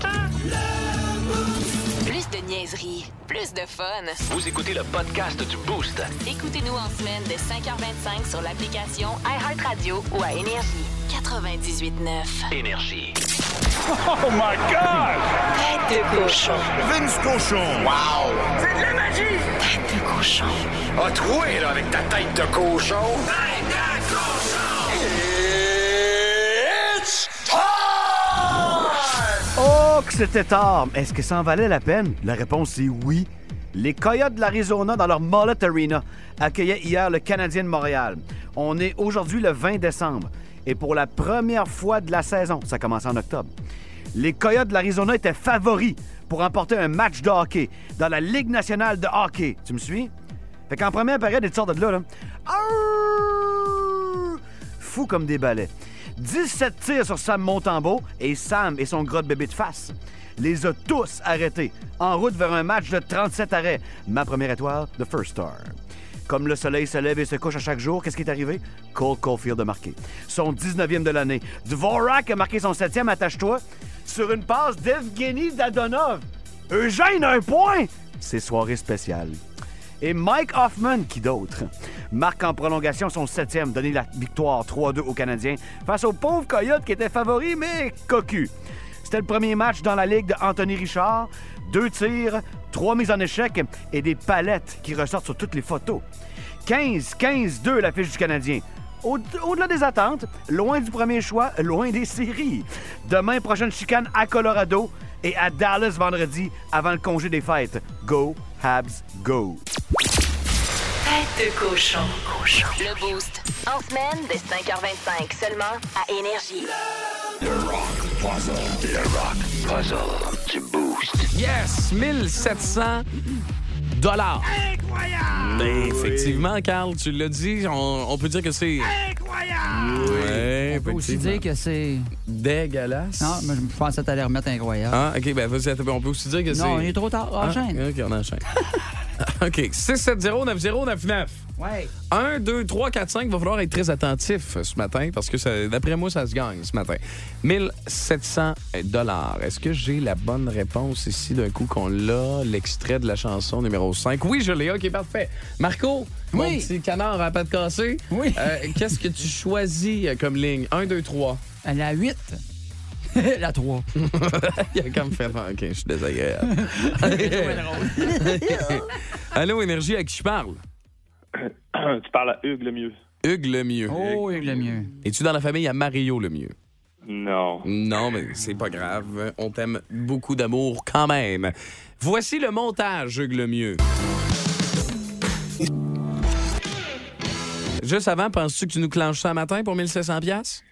Plus de niaiserie, plus de fun. Vous écoutez le podcast du Boost. Écoutez-nous en semaine de 5h25 sur l'application iHeartRadio ou à Énergie. 98.9. Énergie. Oh my God! Tête de cochon. Vince Cochon. Wow! C'est de la magie! Tête de cochon. A troué, là, avec ta tête de cochon. Tête de cochon! It's time! Oh, que c'était tard! Est-ce que ça en valait la peine? La réponse est oui. Les Coyotes de l'Arizona, dans leur Mullet Arena, accueillaient hier le Canadien de Montréal. On est aujourd'hui le 20 décembre. Et pour la première fois de la saison, ça commence en octobre, les Coyotes de l'Arizona étaient favoris pour emporter un match de hockey dans la Ligue nationale de hockey. Tu me suis? Fait qu'en première période, ils sortent de là, là. Arrrr! Fou comme des balais. 17 tirs sur Sam Montembeau et Sam et son gros de bébé de face. Les a tous arrêtés, en route vers un match de 37 arrêts. Ma première étoile, The First Star. Comme le soleil se lève et se couche à chaque jour, qu'est-ce qui est arrivé? Cole Caulfield a marqué. Son 19e de l'année. Dvorak a marqué son 7e, attache-toi, sur une passe d'Evgeny Dadonov. Eugène, un point! C'est soirée spéciale. et Mike Hoffman, qui d'autre, marque en prolongation son septième, donné la victoire 3-2 aux Canadiens face aux pauvres Coyotes qui étaient favoris, mais cocus. C'était le premier match dans la Ligue de Anthony Richard. Deux tirs, trois mises en échec et des palettes qui ressortent sur toutes les photos. 15-15-2 la fiche du Canadien. Au- Au-delà des attentes, loin du premier choix, loin des séries. Demain, prochaine chicane à Colorado et à Dallas vendredi avant le congé des fêtes. Go, Habs, go! Tête de cochon. Le Boost. En semaine, dès 5h25, seulement à Énergie. Le rock puzzle du boost. Yes! 1700 dollars. Incroyable! Ah effectivement, Carl, tu l'as dit, on, on peut dire que c'est... Incroyable! On peut aussi dire que c'est. Dégueulasse. Non, mais je pensais que t'allais remettre incroyable. Ah, OK, ben vas-y, attends, on peut aussi dire que c'est... non, il est trop tard. Ah, Enchaîne. OK, on enchaîne. OK, 670-9099. Ah. Ouais. 1, 2, 3, 4, 5, va falloir être très attentif euh, ce matin parce que ça- d'après moi, ça se gagne ce matin. 1700 dollars. Est-ce que j'ai la bonne réponse ici d'un coup qu'on l'a, l'extrait de la chanson numéro 5? Oui, je l'ai. OK, parfait. Marco, mon petit canard à pattes cassées, oui. qu'est-ce que tu choisis euh, comme ligne? 1, 2, 3. Euh, La 8. la 3. Il a comme fait. Ah, OK, je suis désagréable. Allô, Énergie, à qui je parle? tu parles à Hugues le mieux. Hugues Lemieux. Oh, Hugues Lemieux. Es-tu dans la famille à Mario Lemieux? Non. Non, mais c'est pas grave. On t'aime beaucoup d'amour quand même. Voici le montage, Hugues Lemieux. Juste avant, penses-tu que tu nous clenches ça matin pour 1700 pièces?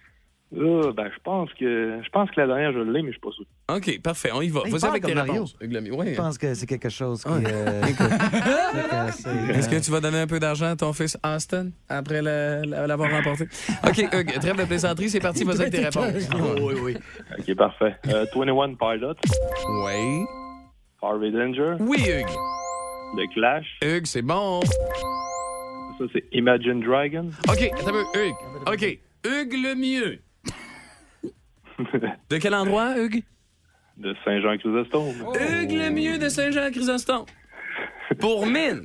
Là, ben, je pense que je pense que la dernière, je l'ai, mais je suis pas sûr. OK, parfait, on y va. Il Vas-y parle avec comme tes Mario. réponses, Hugues Lemieux. Ouais. Je pense que c'est quelque chose qui. Ouais. euh, Est-ce que tu vas donner un peu d'argent à ton fils Austin après le- la- l'avoir remporté? OK, Hugues, trêve de plaisanterie, c'est parti, vas-y avec tes réponses. oui, oui. OK, parfait. Euh, 21 Pilot. Oui. Harvey Danger. Oui, Hugues. The Clash. Hugues, c'est bon. Ça, c'est Imagine Dragon. OK, attends un peu, Hugues. OK, Hugues Lemieux. De quel Ah, endroit, Hugues? De Saint-Jean-Chrysostome. Hugues Lemieux de Saint-Jean-Chrysostome. Pour mine,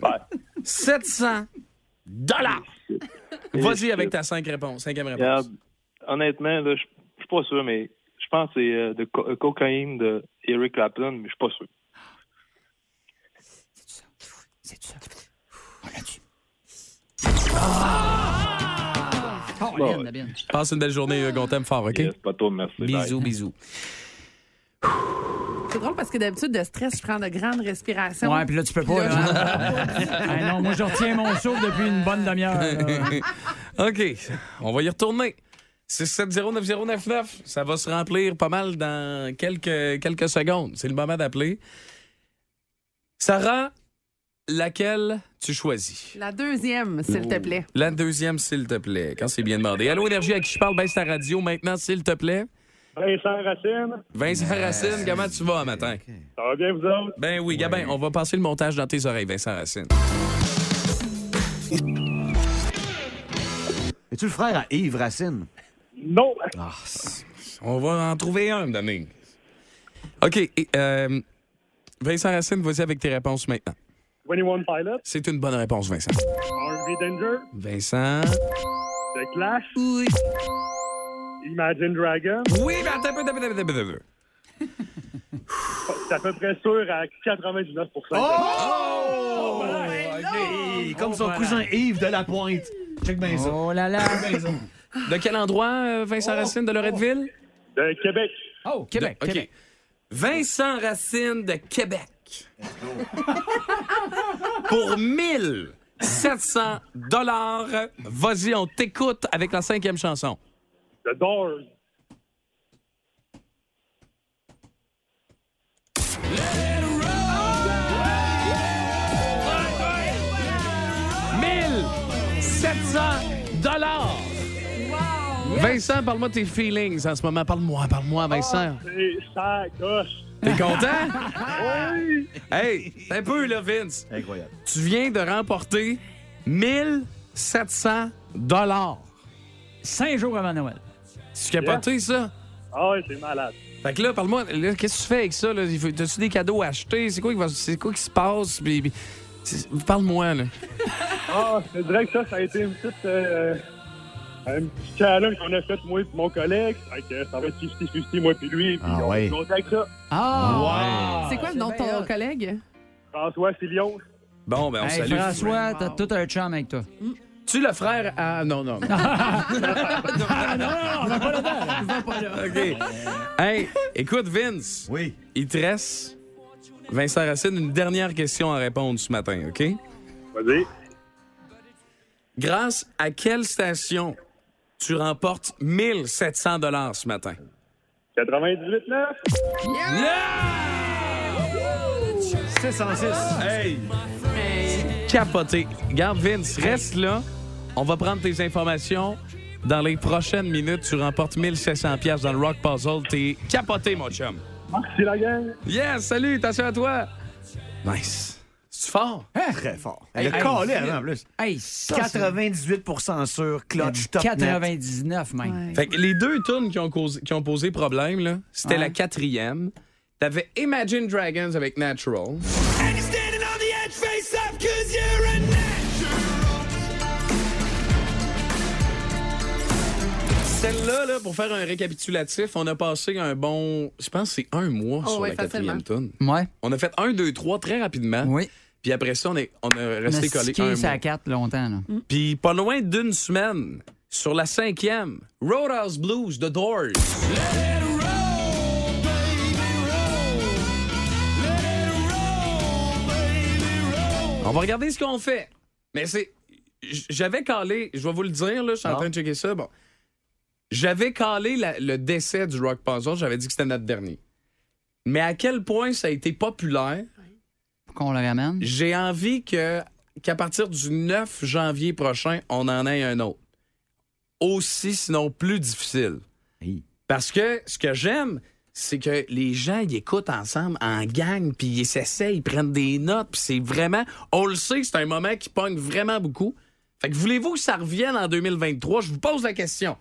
700 dollars. Vas-y avec ta cinq réponses, cinquième réponse. Regarde, honnêtement, là, je je suis pas sûr, mais je pense que c'est euh, de co- euh, cocaïne de Eric Clapton, mais je suis pas sûr. Oh, Bon, bien, bien. Passe une belle journée, Hugues. On t'aime fort, OK? Bisous, bisous. C'est drôle parce que d'habitude, de stress, je prends de grandes respirations. Ouais, puis là, tu Ben, peux pas. là. Ah non, moi, je retiens mon souffle depuis une bonne demi-heure. là. OK, on va y retourner. 6709099, ça va se remplir pas mal dans quelques, quelques secondes. C'est le moment d'appeler. Sarah, laquelle tu choisis? La deuxième, s'il te plaît. La deuxième, s'il te plaît, quand c'est bien demandé. Allô, Énergie, à qui je parle, baisse ta radio maintenant, s'il te plaît. Vincent Racine. Vincent Racine, comment tu vas, matin? Ça va bien, vous autres? Ben oui, Gabin, on va passer le montage dans tes oreilles, Vincent Racine. Es-tu le frère à Yves Racine? Ah, Non. on va en trouver un, Dominique. OK, et, euh, Vincent Racine, vas-y avec tes réponses maintenant. 21 Pilot. C'est une bonne réponse, Vincent. Harvey Danger. Vincent. The Clash. Oui. Imagine Dragon. Oui, mais attends, attends, attends, attends, attends, attends. C'est à peu près sûr à 99 Oh! ben Hey, Comme son cousin Yves de la Pointe. Check bien ça. Oh là là. De quel endroit, euh, Vincent Racine, de Loretteville? De Québec. Oh, Québec. OK. Vincent Racine de Québec. Pour 1700 dollars. Vas-y, on t'écoute avec la cinquième chanson. The Doors. dollars. Vincent, parle-moi de tes feelings en ce moment. Parle-moi, parle-moi, Ah, Vincent. C'est ça, gosse. T'es content? oui. Hey, un peu, là, Vince. Incroyable. Tu viens de remporter 1700 dollars. Cinq jours avant Noël. Tu capoté, ça? Ah ouais, c'est malade. Fait que là, parle-moi, là, qu'est-ce que tu fais avec ça? là? Il faut- T'as-tu des cadeaux à acheter? C'est quoi, qui va- c'est quoi qui se passe? Puis- puis C'est- Parle-moi, là. Ah, je te dirais que ça, ça a été une petite. euh, un petit challenge qu'on a fait, moi et mon collègue. Fait que ça va être 50-50, moi puis lui. Puis Ah on ouais. est content avec ça. Ah. C'est quoi le nom de ton collègue? François Filion. Bon, ben, on Hey, salue. François, t'as tout un chum avec toi. Tu le frère à. Non, non. non. On va pas là-dedans. OK. Hey, écoute, Vince. Oui. Il te reste, Vincent Racine, une dernière question à répondre ce matin, OK? Vas-y. Grâce à quelle station tu remportes 1700 ce matin? 98-9. C'est 106. Hey! Capoté. Garde, Vince, reste là. On va prendre tes informations. Dans les prochaines minutes, tu remportes 1700 pièces dans le Rock Puzzle. T'es capoté, mon chum. Merci la gang. Yes, salut, attention à toi. Nice. C'est fort. Très fort. Hey, Elle a hey, collé Philippe. avant, en plus. Hey, ça, c'est- 98 sûr, clutch, top net. 99, même. Fait que les deux tunes qui ont, causé- qui ont posé problème, là, c'était Hein? Ouais. la quatrième. T'avais Imagine Dragons avec Natural. Celle-là, là, pour faire un récapitulatif, on a passé un bon, je pense que c'est un mois Oh, sur ouais, la quatrième facilement. tune. On a fait un, deux, trois très rapidement. Puis après ça, on, est, on a resté collé un ça mois. à 4 longtemps, là. Puis pas loin d'une semaine, sur la cinquième, Roadhouse Blues de Doors. On va regarder ce qu'on fait. Mais c'est. j- J'avais calé, je vais vous le dire, là, je suis en train de checker ça. Bon. J'avais calé la- le décès du Rock Puzzle, j'avais dit que c'était notre dernier. Mais à quel point ça a été populaire, Qu'on le ramène. j'ai envie que qu'à partir du 9 janvier prochain, on en ait un autre. Aussi, sinon plus difficile. Parce que ce que j'aime, c'est que les gens, ils écoutent ensemble en gang, puis ils s'essayent, ils prennent des notes, puis c'est vraiment... On le sait, c'est un moment qui pogne vraiment beaucoup. Fait que voulez-vous que ça revienne en 2023? Je vous pose la question.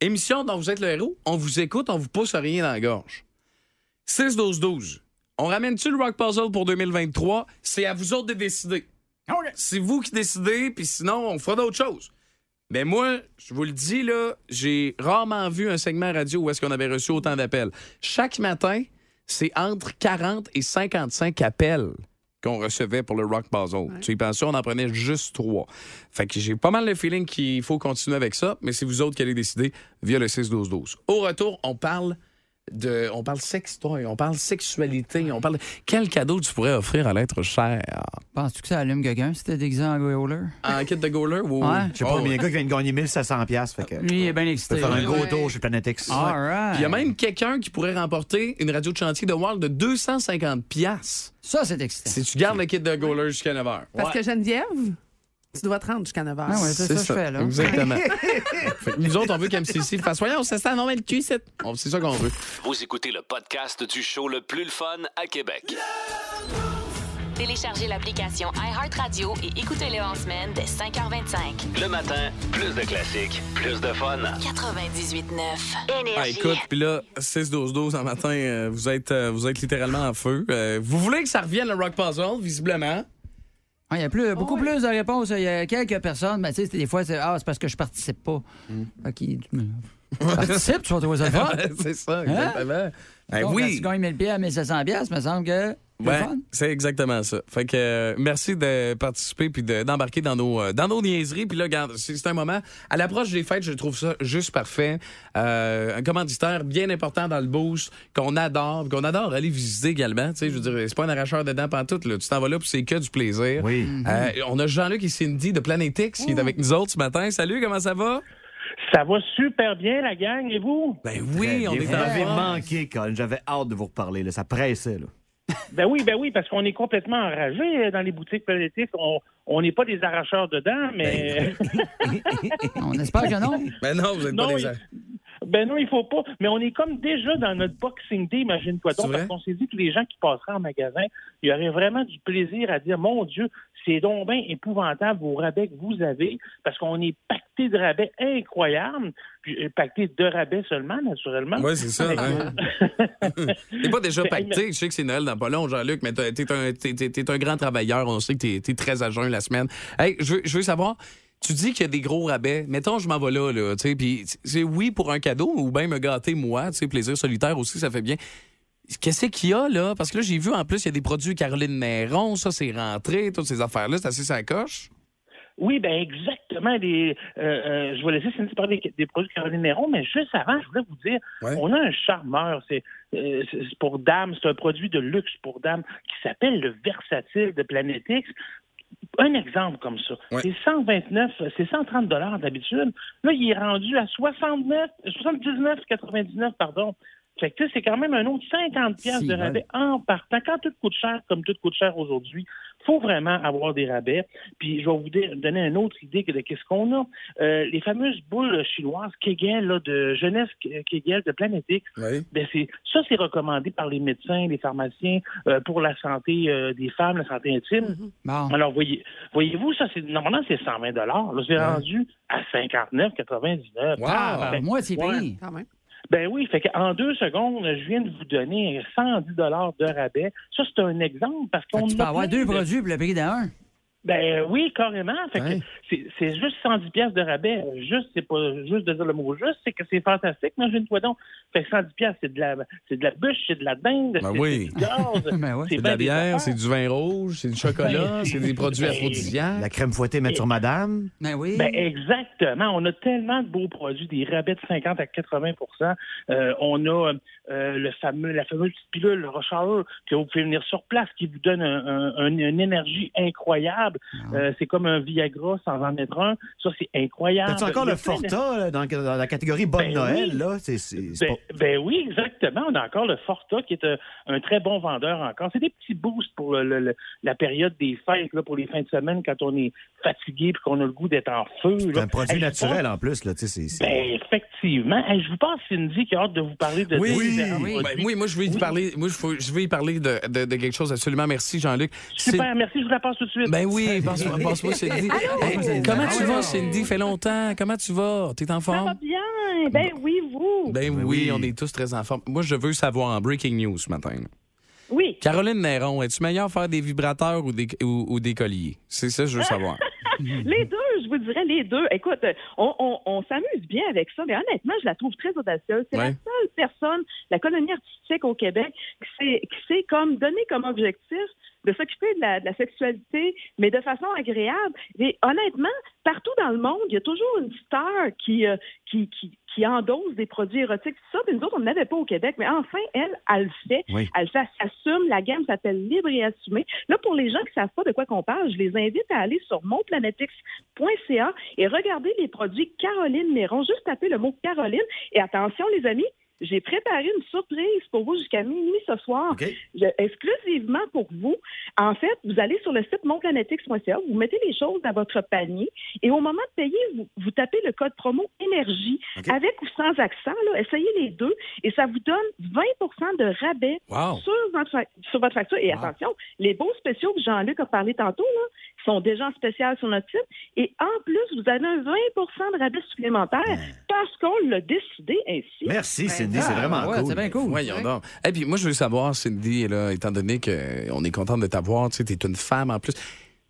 Émission dont vous êtes le héros, on vous écoute, on vous pousse rien dans la gorge. 6-12-12. On ramène-tu le Rock Puzzle pour 2023? C'est à vous autres de décider. C'est vous qui décidez, puis sinon, on fera d'autres choses. Mais moi, je vous le dis, là, j'ai rarement vu un segment radio où est-ce qu'on avait reçu autant d'appels. Chaque matin, c'est entre 40 et 55 appels qu'on recevait pour le Rock Puzzle. Tu y pensais, on en prenait juste trois. Fait que j'ai pas mal le feeling qu'il faut continuer avec ça, mais c'est vous autres qui allez décider via le 6-12-12. Au retour, on parle de... On parle sextoy, on parle sexualité, on parle... Quel cadeau tu pourrais offrir à l'être cher? Penses-tu que ça allume quelqu'un si t'es déguisé en goaler? En kit de goaler? ou... Ouais. Je sais pas, mais il y a un gars qui vient de gagner 1700$. piastres, Fait que, Lui, il est bien Ben, excité. peut faire un Ouais. gros tour chez Planet X. All Ouais. right. Puis Il y a même quelqu'un qui pourrait remporter une radio de chantier de World de 250 pièces. Ça, c'est excitant. Si tu gardes le kit de goaler jusqu'à 9 h. Parce que Geneviève, tu dois te rendre jusqu'à 9 h. Exactement. Fait que nous autres, on veut qu'MCC fasse. Voyons, on s'installe, on met le cul, c'est on- c'est ça qu'on veut. Vous écoutez le podcast du show le plus le fun à Québec. Téléchargez l'application iHeartRadio et écoutez-le en semaine dès 5h25. Le matin, plus de classiques, plus de fun. 98.9 Ah, Énergie. écoute, puis là, 6-12-12 en matin, euh, vous, êtes, euh, vous êtes littéralement en feu. Euh, vous voulez que ça revienne le Rock Puzzle, visiblement. Ah, Il y a plus, beaucoup plus de réponses. Il y a quelques personnes, mais tu sais, des fois, c'est ah, c'est parce que je participe pas. Fait qu'il- Tu participes, tu vas trouver ça le fun. Hmm. Ouais, c'est ça, Hein? exactement. Ben Donc, Quand oui. tu gagnes 1000 pieds à 1700 pièces, me semble que. c'est le Ouais, fun. c'est exactement ça. Fait que euh, merci de participer puis de- d'embarquer dans nos euh, dans nos niaiseries puis là regarde, c'est c'est un moment à l'approche des fêtes, je trouve ça juste parfait. Euh, un commanditaire bien important dans le boost qu'on adore, puis qu'on adore aller visiter également, tu sais, je veux dire c'est pas un arracheur de dents pantoute là, tu t'en vas là puis c'est que du plaisir. Oui. on a Jean-Luc et Cindy de Planetix qui est avec nous autres ce matin. Salut, comment ça va Ça va super bien, la gang, et vous? Ben Très oui, bien. on est Vous en m'avez forme. manqué, Colin. J'avais hâte de vous reparler. Là. Ça pressait. Là. Ben oui, ben oui, parce qu'on est complètement enragés euh, dans les boutiques planétiques. On on n'est pas des Ben arracheurs dedans, mais. On espère que non. Ben non, vous êtes Non, pas des il- Ben non, il faut pas. Mais on est comme déjà dans notre Boxing Day, imagine-toi C'est donc, vrai? parce qu'on s'est dit que les gens qui passeraient en magasin, il y aurait vraiment du plaisir à dire, mon Dieu, c'est donc bien épouvantable vos rabais que vous avez, parce qu'on est pacté de rabais incroyables, puis, euh, pacté de rabais seulement, naturellement. Oui, c'est ça. Mais- hein. t'es pas déjà Mais- pacté. Je sais que c'est Noël dans pas long, Jean-Luc, mais t'es t'es un, t'es- t'es- t'es un grand travailleur. On sait que t'es es très à jeun la semaine. Hey, je veux, je veux savoir, tu dis qu'il y a des gros rabais. Mettons, je m'en vais là, là, tu sais, puis c'est oui pour un cadeau ou bien me gâter moi, tu sais, plaisir solitaire aussi, ça fait bien. Qu'est-ce qu'il y a, là? Parce que là, j'ai vu, en plus, il y a des produits Caroline Néron, ça, c'est rentré, toutes ces affaires-là, c'est assez sacoche. Oui, ben exactement. Les, euh, euh, je vais laisser Cindy parler des, des produits Caroline Néron, mais juste avant, je voulais vous dire, on a un charmeur. C'est euh, c'est- c'est pour dames, c'est un produit de luxe pour dames qui s'appelle le Versatile de Planet X. Un exemple comme ça. C'est 129, c'est 130 dollars d'habitude. Là, il est rendu à 69, 79,99, pardon. Fait que tu sais, c'est quand même un autre 50 pièces Si, de ouais. rabais en partant. Quand tout coûte cher, comme tout coûte cher aujourd'hui, faut vraiment avoir des rabais. Puis je vais vous dire- donner une autre idée que de qu'est-ce qu'on a. Euh, les fameuses boules chinoises Kegel là, de jeunesse Kegel de Planète X, ben c'est ça c'est recommandé par les médecins, les pharmaciens euh, pour la santé euh, des femmes, la santé intime. Mm-hmm. Alors voyez, voyez-vous ça c'est normalement c'est 120 dollars. Là c'est rendu à 59,99. Wow! Ah, ben, Moi, c'est payé. Quand même. Ben oui, fait qu'en deux secondes, je viens de vous donner 110 dollars de rabais. Ça, c'est un exemple parce qu'on Ah, Tu peux a avoir plein deux de- produits pour le prix d'un. ben oui, carrément. Fait que c'est- c'est juste 110 pièces de rabais. Juste, c'est pas juste de dire le mot juste, c'est que c'est fantastique. Imagine-toi donc. Fait que 110 pièces, c'est de la, c'est de la bûche, c'est de la dinde, Ben c'est oui. c'est du gaz. Ben C'est de bien la des bière, c'est du vin rouge, c'est du chocolat, Ben, c'est des produits ben, aphrodisiaques. La crème fouettée Nature Madame. Ben oui. Ben exactement. On a tellement de beaux produits, des rabais de 50 à 80 Euh, On a euh, le fameux, la fameuse petite pilule, le Rush Hour, que vous pouvez venir sur place, qui vous donne un- un- un- une énergie incroyable. Ah. Euh, c'est comme un Viagra sans en être un. Ça, c'est incroyable. T'as-tu encore Il y a le plein de- Forta là, dans, dans la catégorie Bonne Ah, Ben Noël? oui. Là, c'est, c'est- c'est Ben, ben oui, exactement. On a encore le Forta qui est un, un très bon vendeur encore. C'est des petits boosts pour le- le- le- la période des fêtes, là, pour les fins de semaine quand on est fatigué et qu'on a le goût d'être en feu. pas- c'est un produit naturel en en plus. Là, tu sais, c'est, c'est- Ben, effectivement. Hey, je vous pense, Cindy, qui a hâte de vous parler de Oui, de oui. différents Ben, produits. oui, moi, je vais y parler, moi, je, faut- je vais y parler de, de- de quelque chose absolument. Merci, Jean-Luc. Super, merci, je vous la passe tout de suite. Ben oui, passe-moi passe Cindy. Allô? Hey, comment tu vas, Cindy? Fait longtemps. Comment tu vas? T'es en Ça va forme? bien. Ben oui, vous. Ben oui, on est tous très en forme. Moi, je veux savoir en breaking news ce matin. Oui. Caroline Néron, es-tu meilleure à faire des vibrateurs ou des, ou, ou des colliers? C'est ça que je veux savoir. Les deux, je vous dirais les deux. Écoute, on, on- on s'amuse bien avec ça, mais honnêtement, je la trouve très audacieuse. C'est la Ouais. seule personne, la colonie artistique au Québec, qui s'est qui s'est comme donné comme objectif de s'occuper de la, de la sexualité, mais de façon agréable. Et honnêtement, partout dans le monde, il y a toujours une star qui, euh, qui, qui, qui endosse des produits érotiques. Ça, puis nous autres, on n'avait pas au Québec, mais enfin, elle, elle le fait. Oui. Elle fait, elle s'assume. La gamme s'appelle Libre et Assumée. Là, pour les gens qui ne savent pas de quoi qu'on parle, je les invite à aller sur monplanetix.ca et regarder les produits Caroline Néron. Juste taper le mot Caroline. Et attention, les amis, j'ai préparé une surprise pour vous jusqu'à minuit ce soir, Je- exclusivement pour vous. En fait, vous allez sur le site monplanetix.ca, vous mettez les choses dans votre panier et au moment de payer, vous, vous tapez le code promo énergie avec ou sans accent. Là, essayez les deux et ça vous donne 20 de rabais Wow. sur, votre, fa- sur votre facture. Ah. Et attention, les beaux spéciaux que Jean-Luc a parlé tantôt là, sont déjà en spécial sur notre site. Et en plus, vous avez un 20 de rabais supplémentaire parce qu'on l'a décidé ainsi. Ben Merci, Cindy. Ah, c'est vraiment ouais, cool. C'est bien cool. Voyons donc. Et puis moi, je veux savoir, Cindy, là, étant donné qu'on est content de t'avoir, tu sais, t'es une femme en plus.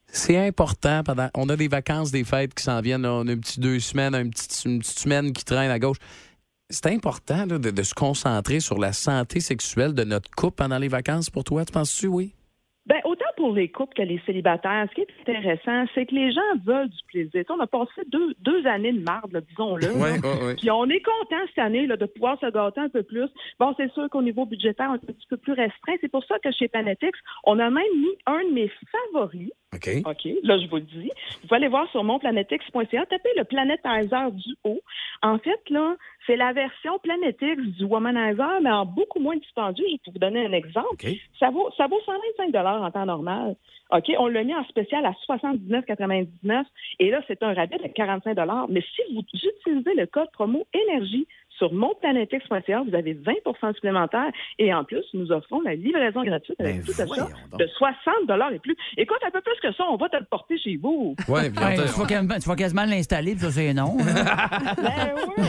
C'est important pendant. On a des vacances, des fêtes qui s'en viennent. là, on a une petite deux semaines, une petite, une petite semaine qui traîne à gauche. C'est important là, de, de se concentrer sur la santé sexuelle de notre couple pendant les vacances pour toi, tu penses-tu, oui? Ben, autant pour les couples que les célibataires, ce qui est intéressant, c'est que les gens veulent du plaisir. Tu sais, on a passé deux, deux années de marde, là, disons-le. Ouais, Ah, là. ouais, ouais. Puis on est content cette année là, de pouvoir se gâter un peu plus. Bon, c'est sûr qu'au niveau budgétaire, on est un petit peu plus restreint. C'est pour ça que chez Planetix, on a même mis un de mes favoris. OK. OK. Là, je vous le dis. Vous pouvez aller voir sur monplanetix.ca, tapez le Planetizer du haut. En fait, là, c'est la version Planetix du Womanizer, mais en beaucoup moins dispendieux. Je peux vous donner un exemple. Ça, vaut, ça vaut 125 en temps normal. OK? On l'a mis en spécial à 79,99 et là, c'est un rabais de 45 Mais si vous utilisez le code promo énergie Sur monplanetix.ca, vous avez 20 supplémentaire et en plus, nous offrons la livraison gratuite avec Ben tout ça voyons de 60 et plus. Écoute, un peu plus que ça, on va te le porter chez vous. Ouais, puis on Ouais, te- tu, vas quasiment, tu vas quasiment l'installer, puis ça, c'est non. hein. là.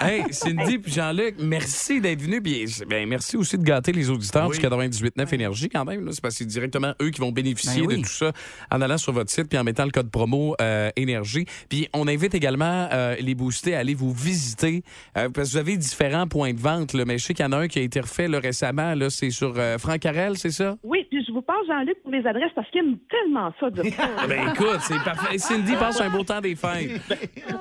Hey, Cindy puis Jean-Luc, merci d'être venus. Puis, ben, merci aussi de gâter les auditeurs du 98.9 Énergie quand même. là. C'est parce que c'est directement eux qui vont bénéficier Ben oui. de tout ça en allant sur votre site puis en mettant le code promo euh, Énergie. Puis on invite également euh, les boostés à aller vous visiter euh, parce que vous avez différents points de vente. là. mais je sais qu'il y en a un qui a été refait là, récemment. Là, c'est sur euh, Franck Carrel, c'est ça? Oui, puis je vous passe, Jean-Luc, pour les adresses parce qu'il aime tellement ça de ça. Ben écoute, c'est parfait. Cindy, passe un beau temps des fêtes.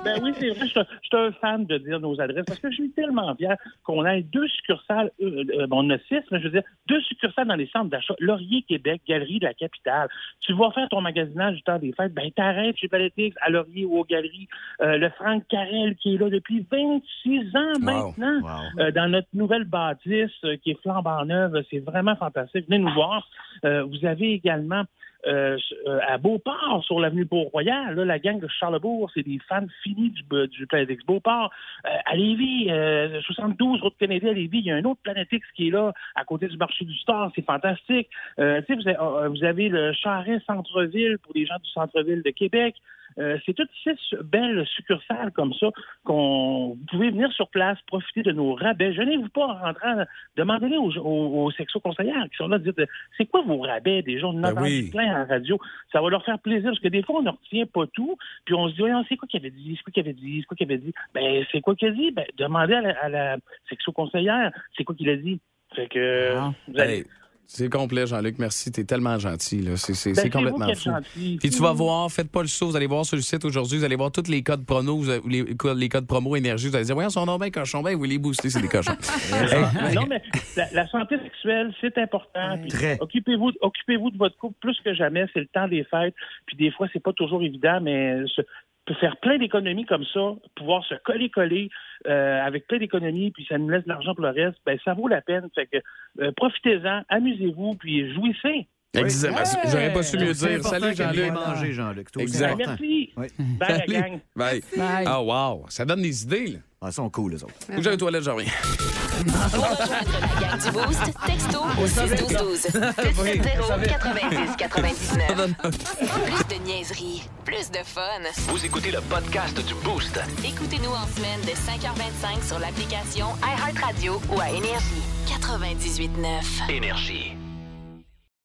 Ben oui, c'est vrai, je suis un- je suis un fan de dire nos adresses parce que je suis tellement fier qu'on ait deux succursales, euh, euh, bon, on en a six, mais je veux dire, deux succursales dans les centres d'achat, Laurier, Québec, Galerie de la Capitale. Tu vas faire ton magasinage du temps des fêtes, ben t'arrêtes chez Paletix, à Laurier ou aux Galeries. Euh, le Franck Carrel qui est là depuis 26 ans maintenant, euh, dans notre nouvelle bâtisse euh, qui est flambant neuve, c'est vraiment fantastique. Venez nous voir. Euh, vous avez également euh, euh, à Beauport, sur l'avenue Port-Royal. Là, la gang de Charlebourg, c'est des fans finis du, euh, du Planetix Beauport. Euh, à Lévis, euh, 72 route Kennedy à Lévis, il y a un autre Planetix qui est là, à côté du marché du Star. C'est fantastique. Euh, tu sais, vous, avez- euh, vous avez le Charret Centre-Ville pour les gens du centre-ville de Québec. Euh, c'est toutes six belles succursales ben, comme ça qu'on vous pouvez venir sur place, profiter de nos rabais. Gênez-vous pas en rentrant, demandez-les aux, aux, aux sexo-conseillères qui sont là, dites euh, c'est quoi vos rabais des gens de Ben oui. plein en radio. Ça va leur faire plaisir parce que des fois, on ne retient pas tout, puis on se dit, Voyons, c'est quoi qu'il avait dit, c'est quoi qu'il avait dit, c'est quoi qu'il avait dit. Ben, c'est quoi qu'il a dit? Ben, demandez à la, à la sexo-conseillère, c'est quoi qu'il a dit. Fait que. Ah. vous allez- Hey, c'est complet, Jean-Luc. Merci. T'es tellement gentil. là. C'est, c'est- Ben, c'est c'est vous complètement qui êtes fou. gentil. Puis tu vas voir, faites pas le saut. Vous allez voir sur le site aujourd'hui, vous allez voir tous les codes promo, vous avez- les, co- les codes promo énergie. Vous allez dire, voyons, son nom bien cochon, ben, vous les boostez, c'est des cochons. Hey, non, mais la, la santé sexuelle, c'est important. Puis Occupez-vous occupez-vous de votre couple plus que jamais. C'est le temps des fêtes. Puis des fois, c'est pas toujours évident, mais se- peut faire plein d'économies comme ça, pouvoir se coller-coller euh, avec plein d'économies, puis ça nous laisse de l'argent pour le reste, ben ça vaut la peine. Fait que euh, profitez-en, amusez-vous, puis jouissez. Exactement. Ouais. J'aurais pas su mieux C'est dire. important Salut, que de Jean-Luc. bien manger, Jean-Luc. Toi aussi, Exact. c'est important. Merci. Bye, la Salut. gang. Bye. Bye. Ah, wow. Ça donne des idées, là. Ah, ils sont cool, les autres. Faut que j'aille aux toilettes, j'en reviens. Pour rejoindre la gang du Boost, texto au 612 670 90 99. Plus de niaiserie, plus de fun. Vous écoutez le podcast du Boost. Écoutez-nous en semaine de 5h25 sur l'application iHeartRadio ou à Énergie 98.9. Énergie.